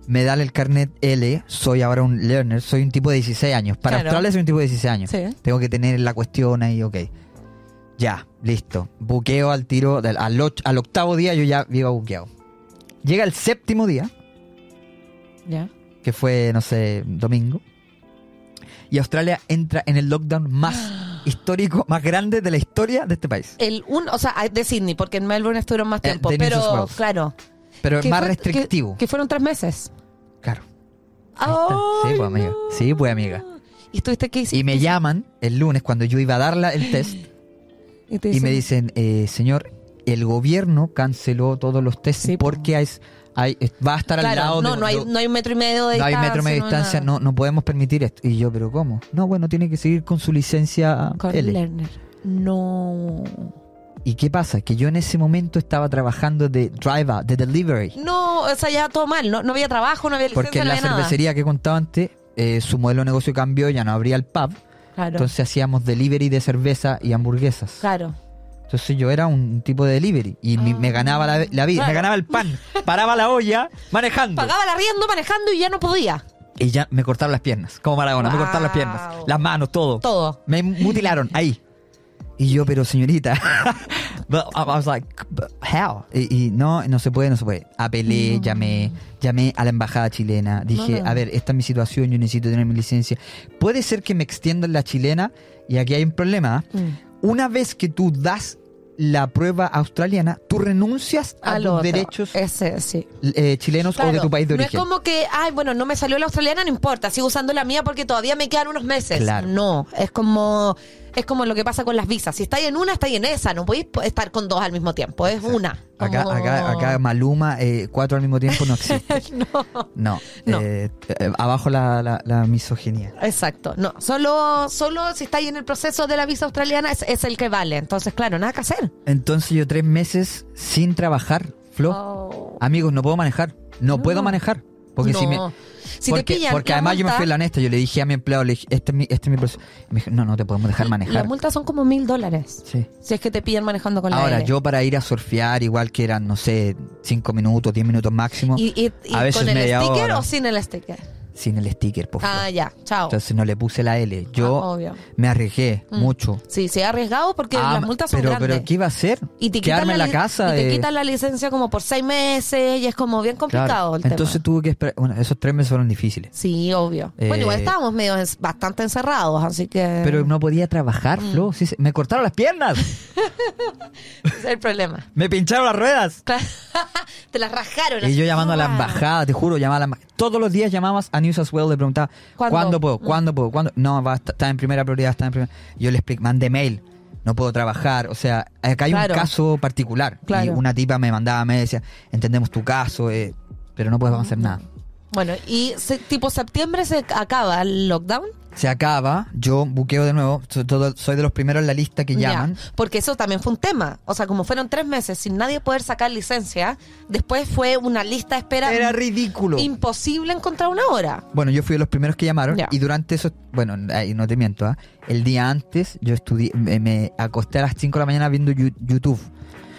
[SPEAKER 4] Me dan el carnet L, soy ahora un learner, soy un tipo de 16 años. Para
[SPEAKER 3] Claro.
[SPEAKER 4] Australia soy un tipo de 16 años.
[SPEAKER 3] Sí.
[SPEAKER 4] Tengo que tener la cuestión ahí, ok. Ya, listo. Buqueo al tiro, del- al, och- al octavo día yo ya iba buqueado. Llega el séptimo día,
[SPEAKER 3] Ya.
[SPEAKER 4] que fue, no sé, domingo. Y Australia entra en el lockdown más
[SPEAKER 3] [gasps]
[SPEAKER 4] histórico, más grande de la historia de este país.
[SPEAKER 3] El un, o sea, de Sydney, porque en Melbourne estuvieron más
[SPEAKER 4] Eh,
[SPEAKER 3] tiempo.
[SPEAKER 4] de New South
[SPEAKER 3] pero,
[SPEAKER 4] Wales.
[SPEAKER 3] claro.
[SPEAKER 4] Pero
[SPEAKER 3] Que
[SPEAKER 4] más
[SPEAKER 3] fue-
[SPEAKER 4] restrictivo.
[SPEAKER 3] Que, que fueron tres meses.
[SPEAKER 4] claro. Ahí está.
[SPEAKER 3] Ay,
[SPEAKER 4] Sí, pues, amiga.
[SPEAKER 3] no.
[SPEAKER 4] Sí, pues, amiga.
[SPEAKER 3] ¿Y estuviste qué hiciste?
[SPEAKER 4] Y me llaman el lunes cuando yo iba a dar la- el
[SPEAKER 3] [gasps]
[SPEAKER 4] test
[SPEAKER 3] Y, te
[SPEAKER 4] y me
[SPEAKER 3] dicen-
[SPEAKER 4] dicen, eh, señor, el gobierno canceló todos los test
[SPEAKER 3] Sí, po.
[SPEAKER 4] porque hay, hay- va a estar al
[SPEAKER 3] Claro,
[SPEAKER 4] lado
[SPEAKER 3] no,
[SPEAKER 4] de...
[SPEAKER 3] no, hay, no hay un metro y medio de
[SPEAKER 4] no hay
[SPEAKER 3] distancia.
[SPEAKER 4] metro medio de distancia,
[SPEAKER 3] nada.
[SPEAKER 4] no, no podemos permitir esto. Y yo, pero ¿cómo? No, bueno, tiene que seguir con su licencia
[SPEAKER 3] Con
[SPEAKER 4] L.
[SPEAKER 3] Lerner. No.
[SPEAKER 4] ¿Y qué pasa? Que yo en ese momento estaba trabajando de driver, de delivery.
[SPEAKER 3] No, o sea, ya todo mal. No, no había trabajo, no había licencia,
[SPEAKER 4] Porque en
[SPEAKER 3] no
[SPEAKER 4] la
[SPEAKER 3] había nada.
[SPEAKER 4] cervecería que contaba antes, eh, su modelo de negocio cambió, ya no abría el pub.
[SPEAKER 3] Claro,
[SPEAKER 4] Entonces hacíamos delivery de cerveza y hamburguesas.
[SPEAKER 3] claro.
[SPEAKER 4] Entonces yo era un tipo de delivery y mi- me ganaba la, la vida,
[SPEAKER 3] Ah. Claro.
[SPEAKER 4] me ganaba el
[SPEAKER 3] [laughs]
[SPEAKER 4] pan, paraba la olla manejando.
[SPEAKER 3] Pagaba el arriendo manejando y ya no podía.
[SPEAKER 4] Y ya me cortaron las piernas, como Maradona, me cortaron las
[SPEAKER 3] Wow.
[SPEAKER 4] piernas, las manos, todo.
[SPEAKER 3] [laughs] Todo.
[SPEAKER 4] Me mutilaron ahí. Y yo, pero señorita. [laughs] But I was like, "But how? Y, y no, no se puede, no se puede. Apelé, llamé, llamé a la embajada chilena. Dije,
[SPEAKER 3] Claro.
[SPEAKER 4] a ver, esta es mi situación, yo necesito tener mi licencia. Puede ser que me extiendan la chilena y aquí hay un problema.
[SPEAKER 3] Mm.
[SPEAKER 4] ¿ah? Una vez que tú das la prueba australiana, tú renuncias a
[SPEAKER 3] Al
[SPEAKER 4] los
[SPEAKER 3] otro.
[SPEAKER 4] derechos
[SPEAKER 3] Ese, sí.
[SPEAKER 4] eh, chilenos o de
[SPEAKER 3] Claro,
[SPEAKER 4] tu país de
[SPEAKER 3] no
[SPEAKER 4] origen.
[SPEAKER 3] es como que, ay, bueno, no me salió la australiana, no importa, sigo usando la mía porque todavía me quedan unos meses.
[SPEAKER 4] Claro.
[SPEAKER 3] No, es como es como lo que pasa con las visas. Si estáis en una, estáis en esa, no podéis po- estar con dos al mismo tiempo, es una.
[SPEAKER 4] Acá,
[SPEAKER 3] Como-
[SPEAKER 4] acá, acá Maluma, eh, cuatro al mismo tiempo no existe. no.
[SPEAKER 3] [laughs] No.
[SPEAKER 4] eh, eh, abajo la, la, la misoginia.
[SPEAKER 3] Exacto, no, solo solo si estáis en el proceso de la visa australiana es, es el que vale. Entonces, claro, nada que hacer.
[SPEAKER 4] Entonces yo tres meses sin trabajar, Flo.
[SPEAKER 3] Oh.
[SPEAKER 4] Amigos, no puedo manejar. No,
[SPEAKER 3] No.
[SPEAKER 4] puedo manejar. Porque si me...
[SPEAKER 3] No. Si
[SPEAKER 4] porque
[SPEAKER 3] te pillan
[SPEAKER 4] porque
[SPEAKER 3] la
[SPEAKER 4] además yo me
[SPEAKER 3] multa-
[SPEAKER 4] fui a la honesta. Yo le dije a mi empleado, le dije, este es mi, este es mi proceso. Y me dijo, no, no te podemos dejar
[SPEAKER 3] Las
[SPEAKER 4] manejar.
[SPEAKER 3] multas son como mil dólares.
[SPEAKER 4] Sí.
[SPEAKER 3] Si es que te pillan manejando con la
[SPEAKER 4] Ahora,
[SPEAKER 3] L.
[SPEAKER 4] yo para ir a surfear, igual que eran, no sé, cinco minutos, diez minutos máximo,
[SPEAKER 3] ¿Y, y- y
[SPEAKER 4] a veces
[SPEAKER 3] con el
[SPEAKER 4] media
[SPEAKER 3] sticker
[SPEAKER 4] hora.
[SPEAKER 3] o sin el sticker?
[SPEAKER 4] sin el sticker, por favor.
[SPEAKER 3] Ah, ya, chao.
[SPEAKER 4] Entonces no le puse la L. Yo
[SPEAKER 3] Ah, obvio.
[SPEAKER 4] me arriesgué
[SPEAKER 3] Mm.
[SPEAKER 4] mucho.
[SPEAKER 3] Sí, se ha arriesgado porque
[SPEAKER 4] Ah,
[SPEAKER 3] las multas son
[SPEAKER 4] pero,
[SPEAKER 3] grandes.
[SPEAKER 4] Pero ¿qué iba a hacer?
[SPEAKER 3] y te quitan
[SPEAKER 4] Quedarme en la
[SPEAKER 3] li-
[SPEAKER 4] casa.
[SPEAKER 3] y te
[SPEAKER 4] eh,
[SPEAKER 3] quitan la licencia como por seis meses y es como bien
[SPEAKER 4] claro.
[SPEAKER 3] complicado el
[SPEAKER 4] Entonces
[SPEAKER 3] tema.
[SPEAKER 4] tuve que esperar. Bueno, esos tres meses fueron difíciles.
[SPEAKER 3] Sí, obvio.
[SPEAKER 4] Eh,
[SPEAKER 3] bueno, igual estábamos medio en- bastante encerrados, así que
[SPEAKER 4] Pero no podía trabajar,
[SPEAKER 3] Mm.
[SPEAKER 4] Flo. Sí, se- me cortaron las piernas.
[SPEAKER 3] [laughs] ese es el problema.
[SPEAKER 4] me pincharon las ruedas.
[SPEAKER 3] Claro. [laughs] te las rajaron.
[SPEAKER 4] Y
[SPEAKER 3] así.
[SPEAKER 4] yo llamando a la
[SPEAKER 3] Ah.
[SPEAKER 4] embajada, te juro, llamaba a la embajada. Todos los días llamabas a News as Well, le preguntaba, ¿cuándo,
[SPEAKER 3] ¿Cuándo? Mm.
[SPEAKER 4] puedo? ¿Cuándo puedo? ¿Cuándo? No, va, está, está en primera prioridad, está en primera. Yo le expliqué, mandé mail, no puedo trabajar. O sea, acá hay
[SPEAKER 3] Claro.
[SPEAKER 4] un caso particular. Y
[SPEAKER 3] Claro.
[SPEAKER 4] una tipa me mandaba mail, decía, entendemos tu caso, eh, pero no podemos
[SPEAKER 3] Mm.
[SPEAKER 4] hacer nada.
[SPEAKER 3] Bueno, y se- tipo septiembre se acaba el lockdown.
[SPEAKER 4] Se acaba, yo buqueo de nuevo, so- todo- soy de los primeros en la lista que llaman.
[SPEAKER 3] Ya, porque eso también fue un tema. O sea, como fueron tres meses sin nadie poder sacar licencia, después fue una lista de espera
[SPEAKER 4] Era ridículo.
[SPEAKER 3] imposible encontrar una hora.
[SPEAKER 4] Bueno, yo fui de los primeros que llamaron
[SPEAKER 3] Ya.
[SPEAKER 4] y durante esos, bueno, ahí no te miento, ¿ah? el día antes yo estudié, me, me acosté a las 5 de la mañana viendo Yu- YouTube.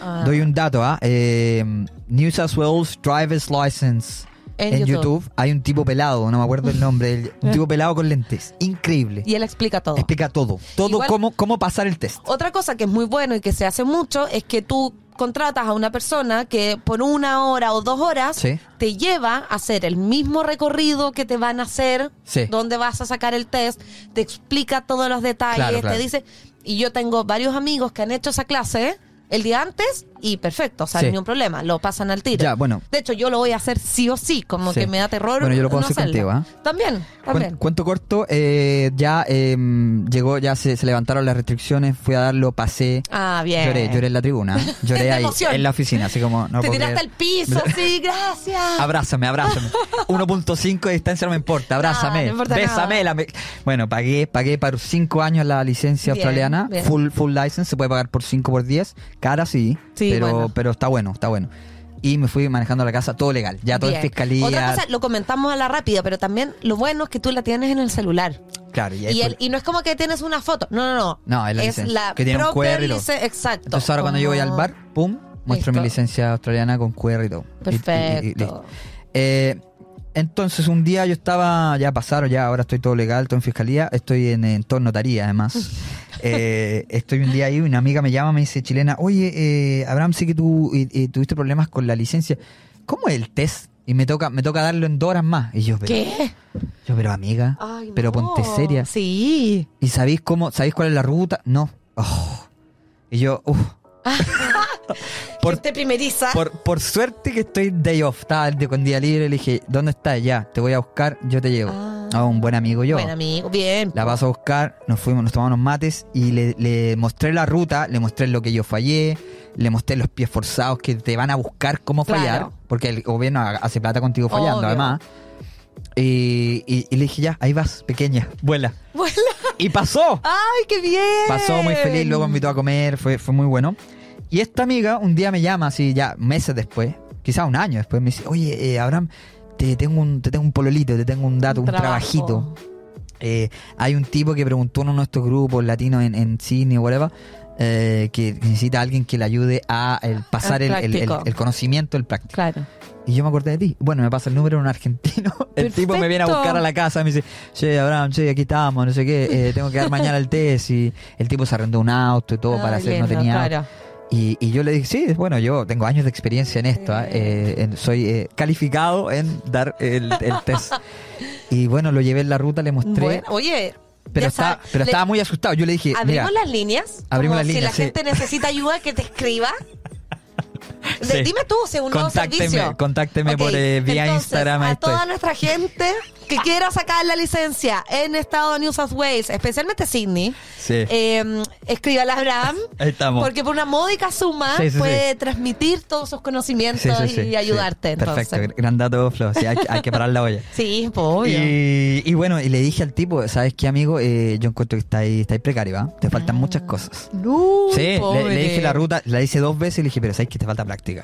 [SPEAKER 3] Ah,
[SPEAKER 4] Doy un dato, ¿ah? Eh, New South Wales Driver's License.
[SPEAKER 3] En
[SPEAKER 4] En, YouTube. hay un tipo pelado, no me acuerdo el nombre, el-
[SPEAKER 3] [laughs]
[SPEAKER 4] un tipo pelado con lentes. Increíble.
[SPEAKER 3] Y él explica todo.
[SPEAKER 4] Explica todo, todo
[SPEAKER 3] Igual-
[SPEAKER 4] cómo, cómo pasar el test.
[SPEAKER 3] Otra cosa que es muy bueno y que se hace mucho es que tú contratas a una persona que por una hora o dos horas
[SPEAKER 4] Sí.
[SPEAKER 3] te lleva a hacer el mismo recorrido que te van a hacer,
[SPEAKER 4] Sí.
[SPEAKER 3] donde vas a sacar el test, te explica todos los detalles,
[SPEAKER 4] Claro, claro.
[SPEAKER 3] te dice, y yo tengo varios amigos que han hecho esa clase el día antes y perfecto, o sea,
[SPEAKER 4] Sí.
[SPEAKER 3] ni un problema, lo pasan al tiro.
[SPEAKER 4] Ya, bueno.
[SPEAKER 3] De hecho, yo lo voy a hacer sí o sí, como
[SPEAKER 4] Sí.
[SPEAKER 3] que me da terror.
[SPEAKER 4] Bueno, yo lo puedo
[SPEAKER 3] no
[SPEAKER 4] hacer
[SPEAKER 3] hacerlo.
[SPEAKER 4] contigo, ¿ah?
[SPEAKER 3] También,
[SPEAKER 4] Cuen-
[SPEAKER 3] también.
[SPEAKER 4] cuento corto, eh, ya eh, llegó, ya se, se levantaron las restricciones, fui a darlo, pasé.
[SPEAKER 3] Ah, bien.
[SPEAKER 4] Lloré, lloré en la
[SPEAKER 3] [laughs]
[SPEAKER 4] tribuna, lloré
[SPEAKER 3] De
[SPEAKER 4] ahí,
[SPEAKER 3] emoción.
[SPEAKER 4] en la oficina, así como... No
[SPEAKER 3] te
[SPEAKER 4] puedo
[SPEAKER 3] tiraste
[SPEAKER 4] creer.
[SPEAKER 3] al piso,
[SPEAKER 4] [laughs]
[SPEAKER 3] sí, gracias.
[SPEAKER 4] Abrázame,
[SPEAKER 3] [laughs]
[SPEAKER 4] abrázame. 1.5 de distancia no me importa, abrázame.
[SPEAKER 3] no importa
[SPEAKER 4] bésame. la me- Bueno, pagué, pagué para 5 años la licencia
[SPEAKER 3] Bien,
[SPEAKER 4] australiana,
[SPEAKER 3] bien.
[SPEAKER 4] Full, full license, se puede pagar por 5 por 10, cara sí,
[SPEAKER 3] Sí,
[SPEAKER 4] pero,
[SPEAKER 3] bueno.
[SPEAKER 4] pero está bueno, está bueno. Y me fui manejando a la casa, todo legal, ya todo es
[SPEAKER 3] Bien.
[SPEAKER 4] fiscalía.
[SPEAKER 3] Otra cosa, lo comentamos a la rápida, pero también lo bueno es que tú la tienes en el celular.
[SPEAKER 4] claro, y ahí
[SPEAKER 3] Y,
[SPEAKER 4] fue-
[SPEAKER 3] el- y no es como que tienes una foto. No, no, no.
[SPEAKER 4] No, es la licencia, que tiene un
[SPEAKER 3] propia
[SPEAKER 4] QR y todo.
[SPEAKER 3] licencia- Exacto.
[SPEAKER 4] Entonces ahora cuando yo
[SPEAKER 3] Como-
[SPEAKER 4] voy al bar, pum, muestro mi
[SPEAKER 3] Listo.
[SPEAKER 4] licencia australiana con QR y todo. Y- y- y- y listo.
[SPEAKER 3] Perfecto.
[SPEAKER 4] Eh, entonces un día yo estaba, ya pasaron, ya ahora estoy todo legal, todo en fiscalía, estoy en, en todo en notaría además.
[SPEAKER 3] [laughs]
[SPEAKER 4] Eh, estoy un día ahí, una amiga me llama, me dice chilena, oye, eh, Abraham, sé que tú eh, eh, tuviste problemas con la licencia. ¿Cómo es el test? Y me toca, me toca darlo en dos horas más. Y yo, pero,
[SPEAKER 3] Oh, ¿Qué?
[SPEAKER 4] yo, pero amiga,
[SPEAKER 3] Ay,
[SPEAKER 4] pero
[SPEAKER 3] no.
[SPEAKER 4] ponte seria.
[SPEAKER 3] Sí.
[SPEAKER 4] ¿Y sabéis cómo, sabéis cuál es la ruta? No. Oh. Y yo, uff. Por-
[SPEAKER 3] Gente primeriza.
[SPEAKER 4] Por, por suerte que estoy day off, estaba de- con día libre, le dije, ¿dónde estás? Ya, te voy a buscar, yo te llevo.
[SPEAKER 3] Ah.
[SPEAKER 4] A un buen amigo yo.
[SPEAKER 3] Buen amigo, bien.
[SPEAKER 4] La paso a buscar, nos fuimos, nos tomamos unos mates y le, le mostré la ruta, le mostré lo que yo fallé, le mostré los pies forzados que te van a buscar cómo
[SPEAKER 3] Claro.
[SPEAKER 4] fallar, porque el gobierno ha- hace plata contigo fallando,
[SPEAKER 3] Obvio.
[SPEAKER 4] además. Y, y- y le dije, ya, ahí vas, pequeña, vuela.
[SPEAKER 3] Vuela.
[SPEAKER 4] Y pasó.
[SPEAKER 3] Ay, qué bien.
[SPEAKER 4] Pasó muy feliz, luego me invitó a comer, fue, fue muy bueno. Y esta amiga un día me llama, así ya meses después, quizás un año después, me dice, oye, eh, Abraham, te tengo, un, te tengo un pololito, te tengo un dato, un,
[SPEAKER 3] Un trabajo.
[SPEAKER 4] trabajito. Eh, hay un tipo que preguntó en uno de estos grupos latinos en, en Sydney o whatever, eh, que necesita a alguien que le ayude a el, pasar el, el- el-
[SPEAKER 3] práctico.
[SPEAKER 4] el conocimiento, el práctico.
[SPEAKER 3] Claro.
[SPEAKER 4] Y yo me acordé de ti. Bueno, me pasa el número de un argentino. [laughs] El tipo me viene a
[SPEAKER 3] Perfecto.
[SPEAKER 4] buscar a la casa. Me dice, che, Abraham, che, aquí estamos, no sé qué. eh, tengo que dar mañana el test. Y el tipo se arrendó un auto y todo
[SPEAKER 3] Ah,
[SPEAKER 4] para hacer. No tenía auto. Y, y yo le dije, sí, bueno, yo tengo años de experiencia en esto, ¿ah? Eh, en- soy eh, calificado en dar el, el
[SPEAKER 3] [laughs]
[SPEAKER 4] test. Y bueno, lo llevé en la ruta, le mostré,
[SPEAKER 3] Bueno, oye.
[SPEAKER 4] pero,
[SPEAKER 3] ya
[SPEAKER 4] estaba,
[SPEAKER 3] sabes,
[SPEAKER 4] pero
[SPEAKER 3] le-
[SPEAKER 4] estaba muy asustado. Yo le dije, mira,
[SPEAKER 3] Abrimos las líneas.
[SPEAKER 4] abrimos
[SPEAKER 3] como
[SPEAKER 4] las
[SPEAKER 3] si
[SPEAKER 4] líneas,
[SPEAKER 3] la
[SPEAKER 4] sí.
[SPEAKER 3] gente necesita ayuda, que te escriba. De-
[SPEAKER 4] Sí.
[SPEAKER 3] Dime tú, si es un nuevo
[SPEAKER 4] Contácteme,
[SPEAKER 3] servicio.
[SPEAKER 4] contácteme
[SPEAKER 3] Ok,
[SPEAKER 4] por, eh, vía
[SPEAKER 3] entonces,
[SPEAKER 4] Instagram, ahí
[SPEAKER 3] A
[SPEAKER 4] estoy.
[SPEAKER 3] toda nuestra gente que quiera sacar la licencia en estado de New South Wales, especialmente Sydney,
[SPEAKER 4] Sí.
[SPEAKER 3] eh, escríbala a Abraham.
[SPEAKER 4] ahí estamos.
[SPEAKER 3] Porque por una módica suma
[SPEAKER 4] Sí, sí, sí.
[SPEAKER 3] puede transmitir todos sus conocimientos
[SPEAKER 4] Sí, sí, sí,
[SPEAKER 3] y
[SPEAKER 4] sí.
[SPEAKER 3] ayudarte. entonces.
[SPEAKER 4] Perfecto, gran dato, Flo. Sí, hay, hay que parar la olla.
[SPEAKER 3] Sí, pues, [laughs] obvio.
[SPEAKER 4] Y, y bueno, y le dije al tipo, ¿sabes qué, amigo? Eh, yo encuentro que está ahí, está ahí precario, ¿ah? Te faltan muchas cosas.
[SPEAKER 3] No,
[SPEAKER 4] Sí, le,
[SPEAKER 3] pobre.
[SPEAKER 4] le dije la ruta, la hice dos veces y le dije, pero sabes que te falta práctica.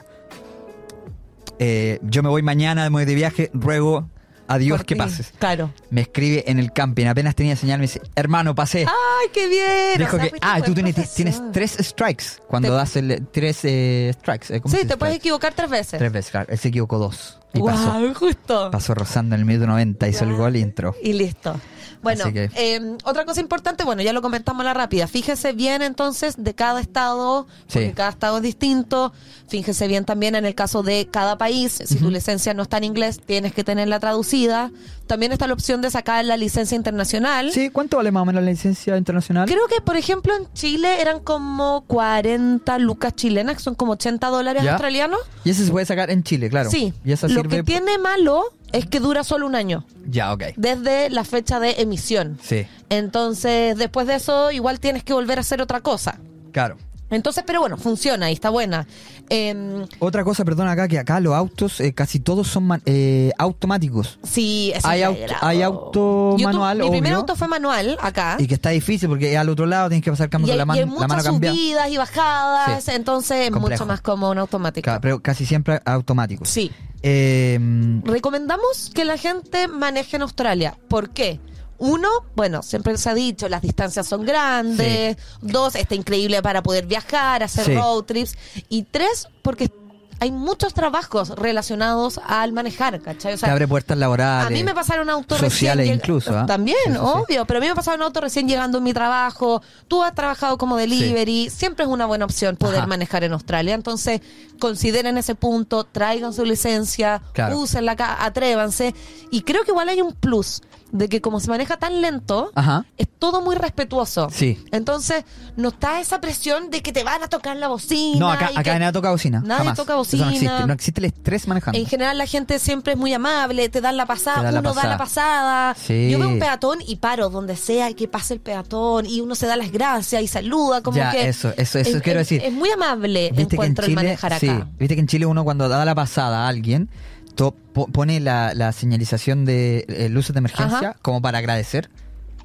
[SPEAKER 4] Eh, yo me voy mañana, me voy de viaje, ruego a Dios
[SPEAKER 3] Por
[SPEAKER 4] que
[SPEAKER 3] ti.
[SPEAKER 4] pases.
[SPEAKER 3] Claro.
[SPEAKER 4] Me escribe en el camping, apenas tenía señal, me dice, hermano, pasé.
[SPEAKER 3] ¡Ay, qué bien!
[SPEAKER 4] Dijo
[SPEAKER 3] O sea,
[SPEAKER 4] que,
[SPEAKER 3] fuiste
[SPEAKER 4] ah,
[SPEAKER 3] buen
[SPEAKER 4] tú tienes,
[SPEAKER 3] profesor.
[SPEAKER 4] tienes tres strikes cuando
[SPEAKER 3] Te-
[SPEAKER 4] das el tres eh, strikes. eh, ¿cómo se
[SPEAKER 3] Sí,
[SPEAKER 4] dice
[SPEAKER 3] te puedes
[SPEAKER 4] strikes?
[SPEAKER 3] equivocar tres veces.
[SPEAKER 4] Tres veces, claro. Él se equivocó dos. Y
[SPEAKER 3] wow,
[SPEAKER 4] pasó.
[SPEAKER 3] justo.
[SPEAKER 4] Pasó rozando en el minuto 90, hizo el gol y entró.
[SPEAKER 3] Y listo. Bueno,
[SPEAKER 4] Así que-
[SPEAKER 3] eh, otra cosa importante, bueno, ya lo comentamos a la rápida. Fíjese bien entonces de cada estado,
[SPEAKER 4] Sí.
[SPEAKER 3] porque cada estado es distinto. Fíjese bien también en el caso de cada país. Si tu licencia no está en inglés, tienes que tenerla traducida. También está la opción de sacar la licencia internacional.
[SPEAKER 4] Sí, ¿cuánto vale más o menos la licencia internacional?
[SPEAKER 3] Creo que, por ejemplo, en Chile eran como 40 lucas chilenas, que son como 80 dólares
[SPEAKER 4] Ya.
[SPEAKER 3] australianos.
[SPEAKER 4] Y esa se puede sacar en Chile, claro.
[SPEAKER 3] Sí,
[SPEAKER 4] Y esa
[SPEAKER 3] lo
[SPEAKER 4] sirve-
[SPEAKER 3] que tiene malo es que dura solo un año,
[SPEAKER 4] Ya, ok.
[SPEAKER 3] desde la fecha de emisión.
[SPEAKER 4] Sí,
[SPEAKER 3] Entonces, después de eso, igual tienes que volver a hacer otra cosa.
[SPEAKER 4] claro.
[SPEAKER 3] Entonces, pero bueno, funciona y está buena. Em,
[SPEAKER 4] Otra cosa, perdón, acá que acá los autos eh, casi todos son man- eh, automáticos.
[SPEAKER 3] sí, eso
[SPEAKER 4] Hay
[SPEAKER 3] es
[SPEAKER 4] auto-
[SPEAKER 3] sagrado.
[SPEAKER 4] hay auto
[SPEAKER 3] Yo tu-
[SPEAKER 4] manual,
[SPEAKER 3] Mi primer
[SPEAKER 4] obvio.
[SPEAKER 3] auto fue manual acá.
[SPEAKER 4] Y que está difícil porque al otro lado tienes que pasar
[SPEAKER 3] ¿Ah? Y
[SPEAKER 4] cambiando
[SPEAKER 3] hay,
[SPEAKER 4] la,
[SPEAKER 3] y hay
[SPEAKER 4] mano la mano
[SPEAKER 3] muchas
[SPEAKER 4] cambiada.
[SPEAKER 3] subidas y bajadas,
[SPEAKER 4] Sí.
[SPEAKER 3] entonces es
[SPEAKER 4] Complejo.
[SPEAKER 3] mucho más cómodo un automático.
[SPEAKER 4] Ca- Pero casi siempre automáticos.
[SPEAKER 3] Sí.
[SPEAKER 4] Eh, mm,
[SPEAKER 3] Recomendamos que la gente maneje en Australia. ¿Por qué? Uno, bueno, siempre se ha dicho, las distancias son grandes. Dos, está increíble para poder viajar, hacer
[SPEAKER 4] Sí.
[SPEAKER 3] road trips. Y tres, porque hay muchos trabajos relacionados al manejar, ¿cachai? O sea,
[SPEAKER 4] te abre puertas laborales.
[SPEAKER 3] a mí me pasaron un auto
[SPEAKER 4] Sociales
[SPEAKER 3] recién. lleg-
[SPEAKER 4] incluso, ¿ah?
[SPEAKER 3] También,
[SPEAKER 4] Sí, sí, sí.
[SPEAKER 3] obvio, pero a mí me pasaron un auto recién llegando a mi trabajo. Tú has trabajado como delivery, siempre es una buena opción poder
[SPEAKER 4] Ajá.
[SPEAKER 3] manejar en Australia. Entonces, consideren ese punto, traigan su licencia,
[SPEAKER 4] Claro.
[SPEAKER 3] úsenla acá, atrévanse. Y creo que igual hay un plus de que como se maneja tan lento,
[SPEAKER 4] Ajá.
[SPEAKER 3] es todo muy respetuoso.
[SPEAKER 4] Sí.
[SPEAKER 3] Entonces, no está esa presión de que te van a tocar la bocina.
[SPEAKER 4] No, acá,
[SPEAKER 3] y
[SPEAKER 4] acá
[SPEAKER 3] que-
[SPEAKER 4] nadie toca bocina.
[SPEAKER 3] Nadie
[SPEAKER 4] jamás.
[SPEAKER 3] toca
[SPEAKER 4] Eso no existe.
[SPEAKER 3] bocina.
[SPEAKER 4] No existe el estrés manejando.
[SPEAKER 3] En general la gente siempre es muy amable, te dan la pasada,
[SPEAKER 4] Te dan la
[SPEAKER 3] uno
[SPEAKER 4] pasada.
[SPEAKER 3] da la pasada.
[SPEAKER 4] Sí.
[SPEAKER 3] Yo veo un peatón y paro donde sea y que pase el peatón y uno se da las gracias y saluda como
[SPEAKER 4] Ya,
[SPEAKER 3] que
[SPEAKER 4] eso, eso, eso
[SPEAKER 3] es,
[SPEAKER 4] quiero
[SPEAKER 3] es-
[SPEAKER 4] decir.
[SPEAKER 3] Es muy amable encuentro el manejar acá.
[SPEAKER 4] sí, viste que en Chile uno cuando da la pasada a alguien to- po- pone la, la señalización de eh, luces de emergencia
[SPEAKER 3] Ajá.
[SPEAKER 4] como para agradecer.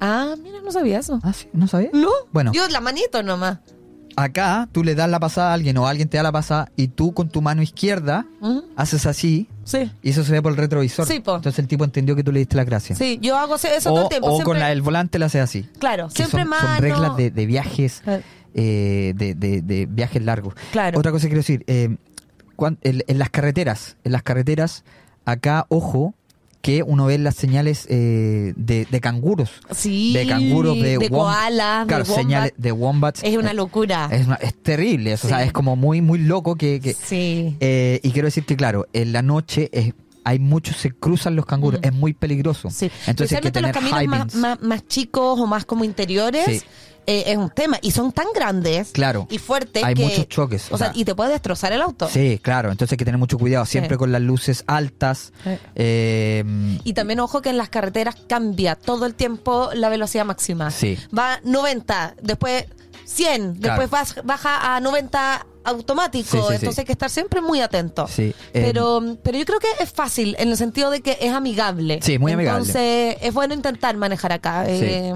[SPEAKER 3] Ah, mira, no sabía eso.
[SPEAKER 4] Ah, sí, no sabía.
[SPEAKER 3] No.
[SPEAKER 4] Bueno,
[SPEAKER 3] Yo la manito nomás.
[SPEAKER 4] acá tú le das la pasada a alguien o alguien te da la pasada y tú con tu mano izquierda
[SPEAKER 3] Ujú,
[SPEAKER 4] haces así
[SPEAKER 3] ¿Mm? Sí.
[SPEAKER 4] y eso se ve por el retrovisor.
[SPEAKER 3] Sí, po.
[SPEAKER 4] Entonces el tipo entendió que tú le diste la gracia.
[SPEAKER 3] Sí, yo hago se- eso
[SPEAKER 4] o
[SPEAKER 3] todo el tiempo,
[SPEAKER 4] o
[SPEAKER 3] siempre-
[SPEAKER 4] con la- el volante la haces así.
[SPEAKER 3] Claro,
[SPEAKER 4] Que
[SPEAKER 3] siempre
[SPEAKER 4] son,
[SPEAKER 3] más.
[SPEAKER 4] son reglas de, de viajes
[SPEAKER 3] Claro.
[SPEAKER 4] eh, de, de- de viajes largos.
[SPEAKER 3] Claro.
[SPEAKER 4] Otra cosa que quiero decir, eh, cuan- en, en las carreteras, en las carreteras, acá, ojo, que uno ve las señales eh, de, de canguros.
[SPEAKER 3] Sí,
[SPEAKER 4] de canguros, de, wom-
[SPEAKER 3] de koalas, de
[SPEAKER 4] claro,
[SPEAKER 3] wombat.
[SPEAKER 4] señales de wombats.
[SPEAKER 3] Es una
[SPEAKER 4] Eh,
[SPEAKER 3] locura.
[SPEAKER 4] Es, una- es terrible, eso, o sea,
[SPEAKER 3] Sí.
[SPEAKER 4] es como muy, muy loco que... que-
[SPEAKER 3] Sí.
[SPEAKER 4] eh, y quiero decir que, claro, en la noche es- hay muchos, se cruzan los canguros, es muy peligroso.
[SPEAKER 3] Mm. Sí.
[SPEAKER 4] Entonces hay que
[SPEAKER 3] Especialmente los
[SPEAKER 4] tener
[SPEAKER 3] caminos
[SPEAKER 4] high
[SPEAKER 3] más,
[SPEAKER 4] beams.
[SPEAKER 3] más- más chicos o más como interiores.
[SPEAKER 4] Sí.
[SPEAKER 3] eh, es un tema. Y son tan grandes
[SPEAKER 4] Claro.
[SPEAKER 3] y fuertes
[SPEAKER 4] Hay
[SPEAKER 3] que-
[SPEAKER 4] muchos choques,
[SPEAKER 3] O
[SPEAKER 4] o
[SPEAKER 3] sea,
[SPEAKER 4] sea.
[SPEAKER 3] y te puede destrozar el auto.
[SPEAKER 4] Sí, claro, entonces hay que tener mucho cuidado, siempre
[SPEAKER 3] Sí.
[SPEAKER 4] con las luces altas.
[SPEAKER 3] Sí.
[SPEAKER 4] eh,
[SPEAKER 3] Y también ojo que en las carreteras cambia todo el tiempo la velocidad máxima.
[SPEAKER 4] Sí.
[SPEAKER 3] Va 90, después 100,
[SPEAKER 4] Claro.
[SPEAKER 3] después vas- baja a 90 automático.
[SPEAKER 4] Sí, sí, sí.
[SPEAKER 3] Entonces hay que estar siempre muy atento.
[SPEAKER 4] Sí, eh,
[SPEAKER 3] Pero, pero yo creo que es fácil en el sentido de que es amigable.
[SPEAKER 4] Sí, muy amigable.
[SPEAKER 3] Entonces es bueno intentar manejar acá.
[SPEAKER 4] Sí.
[SPEAKER 3] Eh,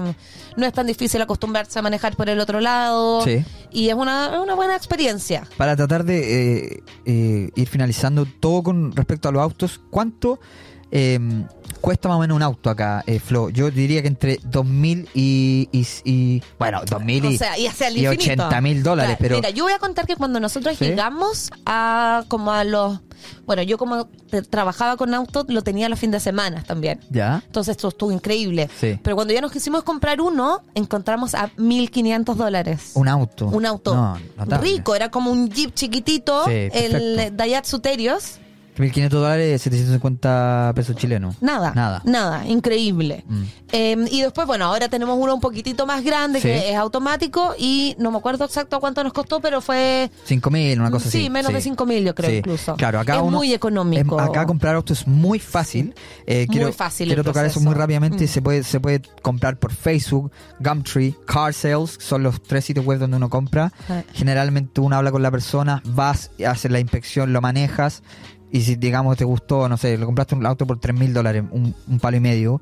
[SPEAKER 3] no es tan difícil acostumbrarse a manejar por el otro lado.
[SPEAKER 4] Sí.
[SPEAKER 3] Y es una, es una buena experiencia.
[SPEAKER 4] para tratar de eh, eh, ir finalizando todo con respecto a los autos, ¿cuánto eh, cuesta más o menos un auto acá, eh, Flo. Yo diría que entre 2.000 y, y, y- bueno, 2.000 y,
[SPEAKER 3] O sea, y hacia el
[SPEAKER 4] y
[SPEAKER 3] infinito.
[SPEAKER 4] 80.000 dólares, pero
[SPEAKER 3] Claro, Mira, yo voy a contar que cuando nosotros
[SPEAKER 4] ¿Sí?
[SPEAKER 3] llegamos a como a los... Bueno, yo como te- trabajaba con autos, lo tenía los fines de semana también.
[SPEAKER 4] ya.
[SPEAKER 3] Entonces esto estuvo increíble.
[SPEAKER 4] Sí.
[SPEAKER 3] Pero cuando ya nos quisimos comprar uno, encontramos a 1.500 dólares.
[SPEAKER 4] Un auto.
[SPEAKER 3] Un auto
[SPEAKER 4] No, notable.
[SPEAKER 3] rico, era como un jeep chiquitito,
[SPEAKER 4] Sí, perfecto.
[SPEAKER 3] el Daihatsu Terios,
[SPEAKER 4] 1.500 dólares, 750 pesos chilenos.
[SPEAKER 3] nada,
[SPEAKER 4] Nada.
[SPEAKER 3] nada, increíble.
[SPEAKER 4] Mm.
[SPEAKER 3] Eh, y después, bueno, ahora tenemos uno un poquitito más grande
[SPEAKER 4] Sí.
[SPEAKER 3] que es automático y no me acuerdo exacto cuánto nos costó, pero fue
[SPEAKER 4] 5.000, una cosa
[SPEAKER 3] Sí,
[SPEAKER 4] así.
[SPEAKER 3] menos de 5.000 yo creo incluso.
[SPEAKER 4] Claro, acá
[SPEAKER 3] Es
[SPEAKER 4] uno-
[SPEAKER 3] muy económico.
[SPEAKER 4] em, acá comprar auto es muy fácil. Eh,
[SPEAKER 3] Muy
[SPEAKER 4] quiero,
[SPEAKER 3] fácil el
[SPEAKER 4] Quiero tocar eso
[SPEAKER 3] proceso.
[SPEAKER 4] muy rápidamente.
[SPEAKER 3] Mm.
[SPEAKER 4] Se, puede, se puede comprar por Facebook, Gumtree, Car Sales, son los tres sitios web donde uno compra.
[SPEAKER 3] Ah.
[SPEAKER 4] Generalmente uno habla con la persona, vas, haces la inspección, lo manejas. Y si, digamos, te gustó, no sé, le compraste un auto por 3.000 mil dólares, un, un palo y medio.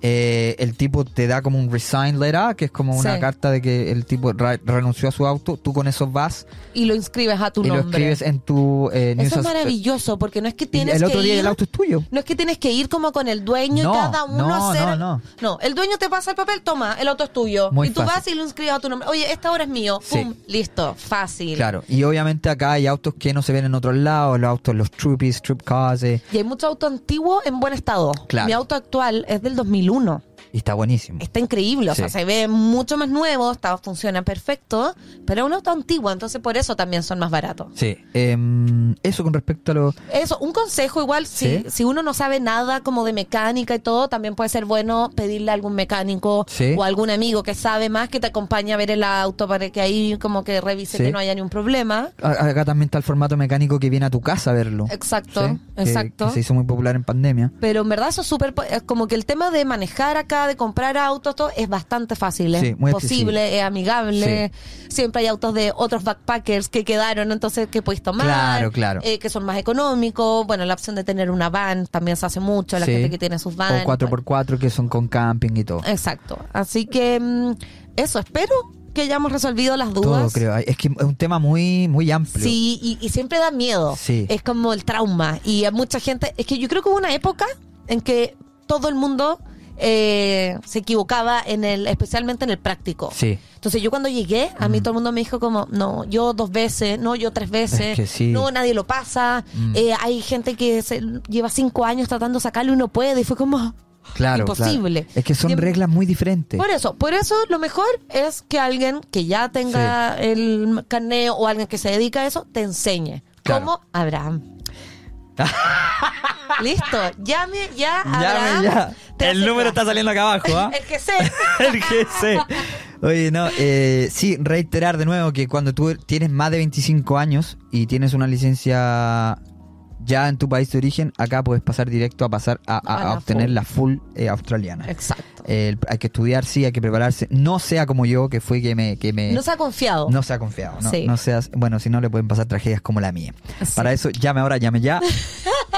[SPEAKER 4] eh, el tipo te da como un resign letter, que es como una
[SPEAKER 3] Sí.
[SPEAKER 4] carta de que el tipo re- renunció a su auto. Tú con eso vas
[SPEAKER 3] y lo inscribes a tu
[SPEAKER 4] y lo
[SPEAKER 3] nombre.
[SPEAKER 4] escribes en tu eh, news
[SPEAKER 3] Eso es
[SPEAKER 4] as-
[SPEAKER 3] maravilloso porque no es que
[SPEAKER 4] y
[SPEAKER 3] tienes
[SPEAKER 4] el otro
[SPEAKER 3] que
[SPEAKER 4] día
[SPEAKER 3] ir,
[SPEAKER 4] el auto es tuyo.
[SPEAKER 3] no es que tienes que ir como con el dueño
[SPEAKER 4] No,
[SPEAKER 3] y cada uno
[SPEAKER 4] no,
[SPEAKER 3] hacer
[SPEAKER 4] no, no.
[SPEAKER 3] el dueño te pasa el papel, toma, el auto es tuyo
[SPEAKER 4] Muy
[SPEAKER 3] y tú
[SPEAKER 4] fácil.
[SPEAKER 3] vas y lo inscribes a tu nombre. Oye, esta hora es mío.
[SPEAKER 4] Sí.
[SPEAKER 3] Pum, listo, fácil.
[SPEAKER 4] Claro, y obviamente acá hay autos que no se ven en otros lados, los autos, los troopies, troop cars, eh,
[SPEAKER 3] Y hay mucho auto antiguo en buen estado.
[SPEAKER 4] Claro.
[SPEAKER 3] Mi auto actual es del 2001.
[SPEAKER 4] y está buenísimo.
[SPEAKER 3] Está increíble, o sea,
[SPEAKER 4] Sí.
[SPEAKER 3] se ve mucho más nuevo, está, funciona perfecto, pero es un auto antiguo, entonces por eso también son más baratos.
[SPEAKER 4] Sí, em, eso con respecto a lo...
[SPEAKER 3] Eso, un consejo igual,
[SPEAKER 4] Sí.
[SPEAKER 3] si, si uno no sabe nada como de mecánica y todo, también puede ser bueno pedirle a algún mecánico
[SPEAKER 4] Sí.
[SPEAKER 3] o algún amigo que sabe más que te acompañe a ver el auto para que ahí como que revise
[SPEAKER 4] Sí.
[SPEAKER 3] que no haya ningún problema.
[SPEAKER 4] a- Acá también está el formato mecánico que viene a tu casa a verlo.
[SPEAKER 3] Exacto,
[SPEAKER 4] Sí, que-
[SPEAKER 3] exacto.
[SPEAKER 4] que se hizo muy popular en pandemia.
[SPEAKER 3] Pero en verdad eso es súper... po- es Como que el tema de manejar acá, de comprar autos, todo es bastante fácil. Es
[SPEAKER 4] Sí, muy
[SPEAKER 3] posible, es amigable. Siempre hay autos de otros backpackers que quedaron, entonces que podéis tomar.
[SPEAKER 4] Claro, claro.
[SPEAKER 3] eh, que son más económicos. Bueno, la opción de tener una van también se hace mucho. La
[SPEAKER 4] Sí.
[SPEAKER 3] gente que tiene sus vans.
[SPEAKER 4] O
[SPEAKER 3] Eh,
[SPEAKER 4] 4x4 que son con camping y todo.
[SPEAKER 3] bueno, Exacto. Así que mm, eso, espero que hayamos resolvido las dudas.
[SPEAKER 4] Todo creo. Es que es un tema muy, muy amplio.
[SPEAKER 3] Sí, y, y siempre da miedo.
[SPEAKER 4] Sí.
[SPEAKER 3] Es como el trauma. Y a mucha gente. Es que yo creo que hubo una época en que todo el mundo eh, se equivocaba, en el especialmente en el práctico.
[SPEAKER 4] Sí. Mm.
[SPEAKER 3] Entonces yo cuando llegué, a mí todo el mundo me dijo como, no, yo dos veces, no, yo tres
[SPEAKER 4] Es
[SPEAKER 3] veces,
[SPEAKER 4] que sí.
[SPEAKER 3] no, nadie lo pasa,
[SPEAKER 4] Mm.
[SPEAKER 3] eh, hay gente que se- lleva cinco años tratando de sacarlo y no puede, y fue como,
[SPEAKER 4] Claro, claro.
[SPEAKER 3] Imposible.
[SPEAKER 4] Es que son
[SPEAKER 3] Bien-
[SPEAKER 4] reglas muy diferentes.
[SPEAKER 3] por eso, por eso lo mejor es que alguien que ya tenga el carneo o alguien que se dedica a eso te enseñe.
[SPEAKER 4] Claro.
[SPEAKER 3] Como
[SPEAKER 4] [laughs]
[SPEAKER 3] Abraham. Listo, llame ya a [laughs] Abraham.
[SPEAKER 4] Llame ya.
[SPEAKER 3] Te
[SPEAKER 4] El
[SPEAKER 3] hace
[SPEAKER 4] número
[SPEAKER 3] clase.
[SPEAKER 4] está saliendo acá abajo,
[SPEAKER 3] [laughs]
[SPEAKER 4] ¿ah? [laughs]
[SPEAKER 3] El que sé.
[SPEAKER 4] El GC. Oye, no, eh, sí, reiterar de nuevo que cuando tú tienes más de 25 años y tienes una licencia ya en tu país de origen, acá puedes pasar directo a pasar a, a-
[SPEAKER 3] A
[SPEAKER 4] a
[SPEAKER 3] la
[SPEAKER 4] obtener
[SPEAKER 3] full.
[SPEAKER 4] la full eh, australiana.
[SPEAKER 3] Exacto.
[SPEAKER 4] Eh, el- hay que estudiar, sí, hay que prepararse. No sea como yo, que fui que me... Que me
[SPEAKER 3] No se ha confiado.
[SPEAKER 4] eh, no sea confiado, no,
[SPEAKER 3] Sí.
[SPEAKER 4] no seas... Bueno, si no, le pueden pasar tragedias como la mía.
[SPEAKER 3] Sí.
[SPEAKER 4] Para eso, llame ahora, llame
[SPEAKER 3] [laughs]
[SPEAKER 4] ya.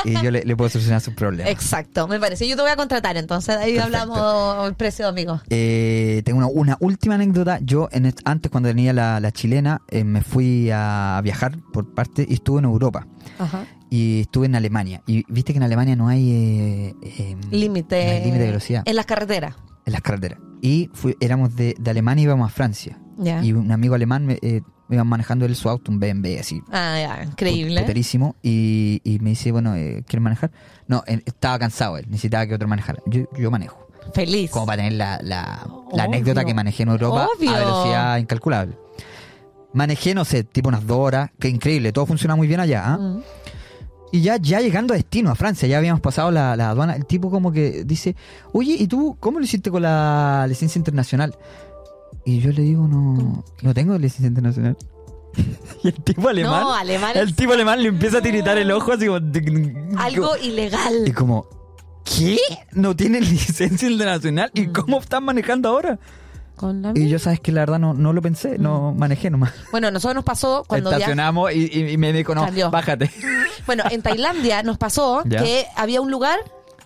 [SPEAKER 4] y yo le, le puedo solucionar sus problemas.
[SPEAKER 3] Exacto, me parece. Yo te voy a contratar entonces. Ahí
[SPEAKER 4] Perfecto.
[SPEAKER 3] hablamos el precio, amigo.
[SPEAKER 4] Eh, tengo una, una última anécdota. Yo en est- antes cuando tenía la, la chilena eh, me fui a viajar por parte y estuve en Europa
[SPEAKER 3] Ajá.
[SPEAKER 4] y estuve en Alemania. Y viste que en Alemania no hay eh, eh,
[SPEAKER 3] Límite.
[SPEAKER 4] no hay límite de velocidad
[SPEAKER 3] En las carreteras.
[SPEAKER 4] en las carreteras. Y fui- éramos de, de Alemania y íbamos a Francia.
[SPEAKER 3] Ya.
[SPEAKER 4] Y un amigo alemán me eh, iba manejando él su auto, un BMW así.
[SPEAKER 3] Ah, ya,
[SPEAKER 4] put-
[SPEAKER 3] increíble.
[SPEAKER 4] puterísimo, y, y me dice, bueno, eh, ¿quieres manejar? No, él estaba cansado él, necesitaba que otro manejara. Yo, yo manejo
[SPEAKER 3] Feliz.
[SPEAKER 4] como para tener la, la- la
[SPEAKER 3] Obvio.
[SPEAKER 4] anécdota que manejé en Europa
[SPEAKER 3] Obvio.
[SPEAKER 4] a velocidad incalculable. Manejé, no sé, tipo unas dos horas, que increíble, todo funciona muy bien allá. ¿ah?
[SPEAKER 3] Mm.
[SPEAKER 4] Y ya, ya llegando a destino, a Francia, ya habíamos pasado la, la aduana, el tipo como que dice, oye, ¿y tú cómo lo hiciste con la licencia internacional? Y yo le digo, no, no tengo licencia internacional. [laughs] y el tipo alemán,
[SPEAKER 3] No, alemán
[SPEAKER 4] el
[SPEAKER 3] es
[SPEAKER 4] tipo alemán le empieza a tiritar el ojo así como...
[SPEAKER 3] algo
[SPEAKER 4] Y
[SPEAKER 3] ilegal.
[SPEAKER 4] como, ¿qué? ¿No tienen [laughs] licencia internacional? ¿Y cómo están manejando ahora?
[SPEAKER 3] Con la
[SPEAKER 4] Y yo, sabes que la verdad no, no lo pensé, no manejé nomás.
[SPEAKER 3] Bueno, a nosotros nos pasó cuando viajamos.
[SPEAKER 4] Estacionamos y, y- y me dijo, no, [laughs]
[SPEAKER 3] Cambió.
[SPEAKER 4] bájate.
[SPEAKER 3] Bueno, en Tailandia nos pasó
[SPEAKER 4] [laughs] Ya.
[SPEAKER 3] que había un lugar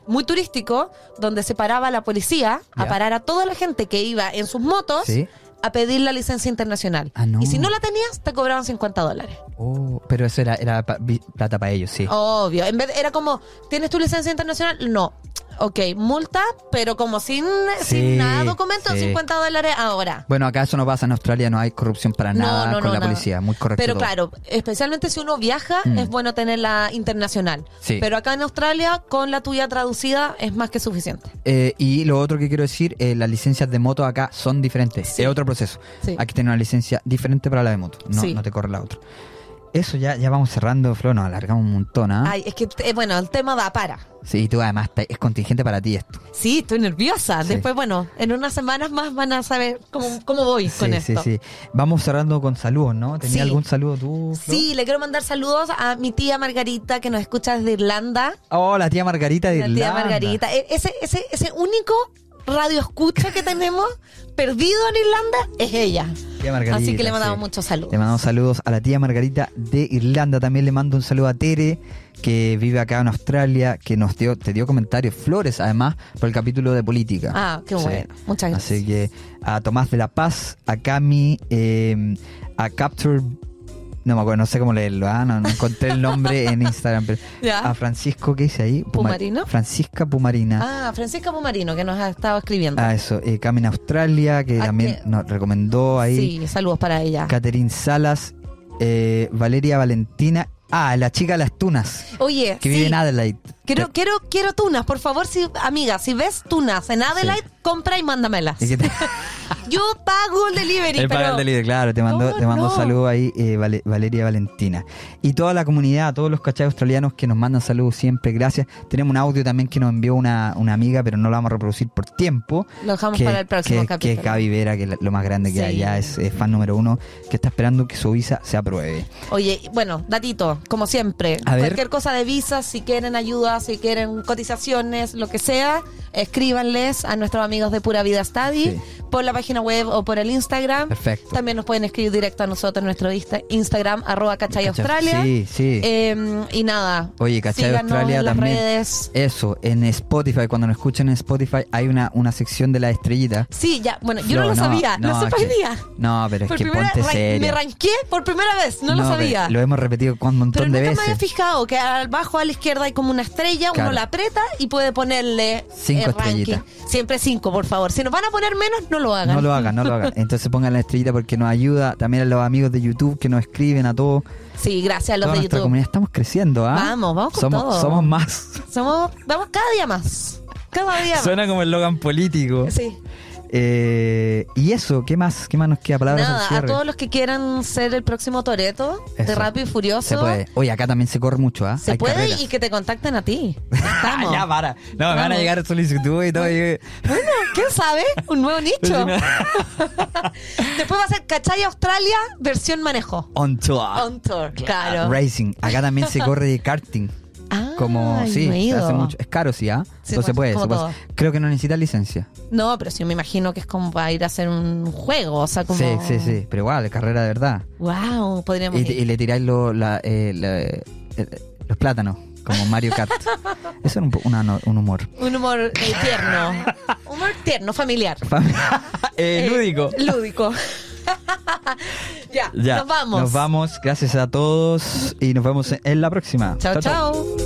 [SPEAKER 3] muy turístico donde se paraba la policía a
[SPEAKER 4] Ya.
[SPEAKER 3] parar a toda la gente que iba en sus motos
[SPEAKER 4] Sí.
[SPEAKER 3] a pedir la licencia internacional.
[SPEAKER 4] Ah, no.
[SPEAKER 3] Y si no la tenías, te cobraban 50 dólares.
[SPEAKER 4] Oh, pero eso era, era pa- vi- plata para ellos, sí.
[SPEAKER 3] Obvio. En vez era como, ¿tienes tu licencia internacional? No. Ok, multa, pero como sin,
[SPEAKER 4] Sí,
[SPEAKER 3] sin nada, documento,
[SPEAKER 4] sí.
[SPEAKER 3] 50 dólares ahora.
[SPEAKER 4] Bueno, acá eso no pasa. En Australia no hay corrupción para nada con la
[SPEAKER 3] nada.
[SPEAKER 4] policía. Muy correcto.
[SPEAKER 3] Pero
[SPEAKER 4] todo.
[SPEAKER 3] claro, especialmente si uno viaja,
[SPEAKER 4] Mm.
[SPEAKER 3] es bueno tener la internacional.
[SPEAKER 4] Sí.
[SPEAKER 3] Pero acá en Australia, con la tuya traducida, es más que suficiente.
[SPEAKER 4] Eh, y lo otro que quiero decir, eh, las licencias de moto acá son diferentes.
[SPEAKER 3] Sí.
[SPEAKER 4] Es otro proceso.
[SPEAKER 3] Sí.
[SPEAKER 4] Hay que tener una licencia diferente para la de moto. No,
[SPEAKER 3] Sí.
[SPEAKER 4] no te corre la otra. Eso ya, ya vamos cerrando, Flo. Nos alargamos un montón, ¿ah?
[SPEAKER 3] Ay, es que, eh, bueno, el tema da para.
[SPEAKER 4] Sí, tú además te- es contingente para ti esto.
[SPEAKER 3] Sí, estoy nerviosa.
[SPEAKER 4] Sí.
[SPEAKER 3] Después, bueno, en unas semanas más van a saber cómo, cómo voy con
[SPEAKER 4] sí,
[SPEAKER 3] esto.
[SPEAKER 4] sí, sí. Vamos cerrando con saludos, ¿no? ¿Tenía
[SPEAKER 3] Sí.
[SPEAKER 4] algún saludo tú? Flo?
[SPEAKER 3] Sí, le quiero mandar saludos a mi tía Margarita que nos escucha desde Irlanda.
[SPEAKER 4] Oh, la tía Margarita de
[SPEAKER 3] La tía
[SPEAKER 4] Irlanda.
[SPEAKER 3] Margarita. E- Ese, ese, ese único radio escucha que tenemos [laughs] perdido en Irlanda es ella.
[SPEAKER 4] Tía Margarita,
[SPEAKER 3] Así que le mandamos
[SPEAKER 4] sí.
[SPEAKER 3] muchos saludos.
[SPEAKER 4] Le mandamos saludos a la tía Margarita de Irlanda. También le mando un saludo a Tere, que vive acá en Australia, que nos dio, te dio comentarios, flores además, por el capítulo de política.
[SPEAKER 3] Ah, qué bueno. Muchas gracias.
[SPEAKER 4] Así que a Tomás de la Paz, a Cami, eh, a Capture. No me acuerdo, no sé cómo leerlo, ah, no, no encontré el nombre en Instagram. pero-
[SPEAKER 3] Ya.
[SPEAKER 4] A Francisco, ¿qué dice ahí? Puma-
[SPEAKER 3] ¿Pumarino?
[SPEAKER 4] Francisca Pumarina.
[SPEAKER 3] Ah, Francisca Pumarino que nos ha estado escribiendo.
[SPEAKER 4] Ah, eso. Eh, Camin Australia, que
[SPEAKER 3] Ah,
[SPEAKER 4] también
[SPEAKER 3] que-
[SPEAKER 4] nos recomendó ahí.
[SPEAKER 3] Sí, saludos para ella.
[SPEAKER 4] Caterín Salas, eh, Valeria Valentina. Ah, la chica de las tunas,
[SPEAKER 3] Oye,
[SPEAKER 4] que
[SPEAKER 3] sí,
[SPEAKER 4] vive en Adelaide.
[SPEAKER 3] quiero, quiero, quiero tunas, por favor, si, amiga, si ves tunas en Adelaide, compra y mándamelas.
[SPEAKER 4] Y que
[SPEAKER 3] [laughs]
[SPEAKER 4] te-
[SPEAKER 3] Yo pago el delivery,
[SPEAKER 4] Él
[SPEAKER 3] pero...
[SPEAKER 4] paga el delivery, claro, te mandó,
[SPEAKER 3] ¿Cómo
[SPEAKER 4] te mandó
[SPEAKER 3] no?
[SPEAKER 4] saludos ahí eh, Vale- Valeria Valentina. Y toda la comunidad, todos los cachai australianos que nos mandan saludos siempre, gracias. Tenemos un audio también que nos envió una, una amiga, pero no lo vamos a reproducir por tiempo.
[SPEAKER 3] Lo dejamos
[SPEAKER 4] que,
[SPEAKER 3] para el próximo
[SPEAKER 4] que-
[SPEAKER 3] capítulo.
[SPEAKER 4] Que es Gaby Vera, que es la- lo más grande que
[SPEAKER 3] Sí.
[SPEAKER 4] hay allá, es, eh, fan número uno, que está esperando que su visa se apruebe.
[SPEAKER 3] Oye, y bueno, datito, como siempre,
[SPEAKER 4] A ver.
[SPEAKER 3] cualquier cosa de visas, si quieren ayuda, si quieren cotizaciones, lo que sea, escríbanles a nuestros amigos de Pura Vida Study
[SPEAKER 4] Sí.
[SPEAKER 3] por la página web o por el Instagram.
[SPEAKER 4] Perfecto.
[SPEAKER 3] También nos pueden escribir directo a nosotros en nuestro insta- Instagram, arroba cachay
[SPEAKER 4] Cachai-
[SPEAKER 3] Australia.
[SPEAKER 4] Sí, sí.
[SPEAKER 3] Eh, y nada,
[SPEAKER 4] Oye, ¿cachai?
[SPEAKER 3] síganos
[SPEAKER 4] Australia
[SPEAKER 3] en las
[SPEAKER 4] también.
[SPEAKER 3] redes.
[SPEAKER 4] Eso, en Spotify, cuando nos escuchan en Spotify, hay una, una sección de la estrellita.
[SPEAKER 3] Sí, ya, bueno, yo no,
[SPEAKER 4] Flo,
[SPEAKER 3] lo sabía, lo sé
[SPEAKER 4] es
[SPEAKER 3] por hoy
[SPEAKER 4] que-
[SPEAKER 3] día.
[SPEAKER 4] No, pero es
[SPEAKER 3] Por
[SPEAKER 4] que
[SPEAKER 3] primera-
[SPEAKER 4] ponte
[SPEAKER 3] ra- me
[SPEAKER 4] serio.
[SPEAKER 3] ranqué por primera vez, no, lo
[SPEAKER 4] pero
[SPEAKER 3] sabía.
[SPEAKER 4] Lo hemos repetido un montón
[SPEAKER 3] Pero
[SPEAKER 4] de
[SPEAKER 3] nunca me había
[SPEAKER 4] veces.
[SPEAKER 3] fijado que abajo a la izquierda hay como una estrella,
[SPEAKER 4] Claro.
[SPEAKER 3] uno la aprieta y puede ponerle
[SPEAKER 4] Cinco
[SPEAKER 3] el ranking.
[SPEAKER 4] estrellitas.
[SPEAKER 3] Siempre cinco, por favor. Si nos van a poner menos, no lo hagan.
[SPEAKER 4] No lo hagan, no lo
[SPEAKER 3] [laughs]
[SPEAKER 4] hagan. Entonces pongan la estrellita porque nos ayuda. También a los amigos de YouTube que nos escriben a todos.
[SPEAKER 3] Sí, gracias a los
[SPEAKER 4] Toda
[SPEAKER 3] de
[SPEAKER 4] nuestra
[SPEAKER 3] YouTube.
[SPEAKER 4] comunidad estamos creciendo, ¿ah?
[SPEAKER 3] Vamos, vamos con
[SPEAKER 4] somos,
[SPEAKER 3] todo.
[SPEAKER 4] Somos más.
[SPEAKER 3] Somos, vamos cada día más. Cada día más.
[SPEAKER 4] Suena como el Logan político.
[SPEAKER 3] Sí.
[SPEAKER 4] Eh, y eso, ¿qué más? ¿Qué más nos queda? Palabras al
[SPEAKER 3] Nada, a
[SPEAKER 4] cierre.
[SPEAKER 3] todos los que quieran ser el próximo Toreto de
[SPEAKER 4] Eso.
[SPEAKER 3] Rápido y Furioso,
[SPEAKER 4] Se puede. Oye, acá también se corre mucho, ¿ah?
[SPEAKER 3] se
[SPEAKER 4] Hay
[SPEAKER 3] puede
[SPEAKER 4] carreras. Ah,
[SPEAKER 3] y que te contacten
[SPEAKER 4] [laughs]
[SPEAKER 3] a ti. Estamos.
[SPEAKER 4] ya, para. No, me van a
[SPEAKER 3] Vamos.
[SPEAKER 4] llegar solicitudes y todo. y-
[SPEAKER 3] Bueno, ¿quién sabe? Un nuevo nicho. [laughs] Después va a ser Cachay Australia versión manejo.
[SPEAKER 4] On tour.
[SPEAKER 3] On tour, claro.
[SPEAKER 4] Racing. Acá también se corre de karting.
[SPEAKER 3] Ah,
[SPEAKER 4] Como, sí,
[SPEAKER 3] no he
[SPEAKER 4] se
[SPEAKER 3] ido.
[SPEAKER 4] hace mucho. Es caro, sí, ¿ah?
[SPEAKER 3] Sí,
[SPEAKER 4] Pero se
[SPEAKER 3] como-
[SPEAKER 4] puede,
[SPEAKER 3] como
[SPEAKER 4] se puede.
[SPEAKER 3] todo.
[SPEAKER 4] Creo que no necesita licencia.
[SPEAKER 3] No, pero sí me imagino que es como para ir a hacer un juego, o sea, como...
[SPEAKER 4] Sí, sí, sí. Pero igual, carrera de verdad.
[SPEAKER 3] Wow, podríamos
[SPEAKER 4] Y,
[SPEAKER 3] ir.
[SPEAKER 4] y le tiráis lo- la, eh, la- eh, los plátanos, como Mario
[SPEAKER 3] [laughs]
[SPEAKER 4] Kart. Eso era un, po- una no- un humor.
[SPEAKER 3] Un humor eh,
[SPEAKER 4] [laughs]
[SPEAKER 3] tierno. humor tierno, familiar.
[SPEAKER 4] Eh,
[SPEAKER 3] Eh, [laughs] Lúdico. ya,
[SPEAKER 4] Ya,
[SPEAKER 3] nos vamos.
[SPEAKER 4] Nos vamos. Gracias a todos y nos vemos en la próxima.
[SPEAKER 3] chao. chao.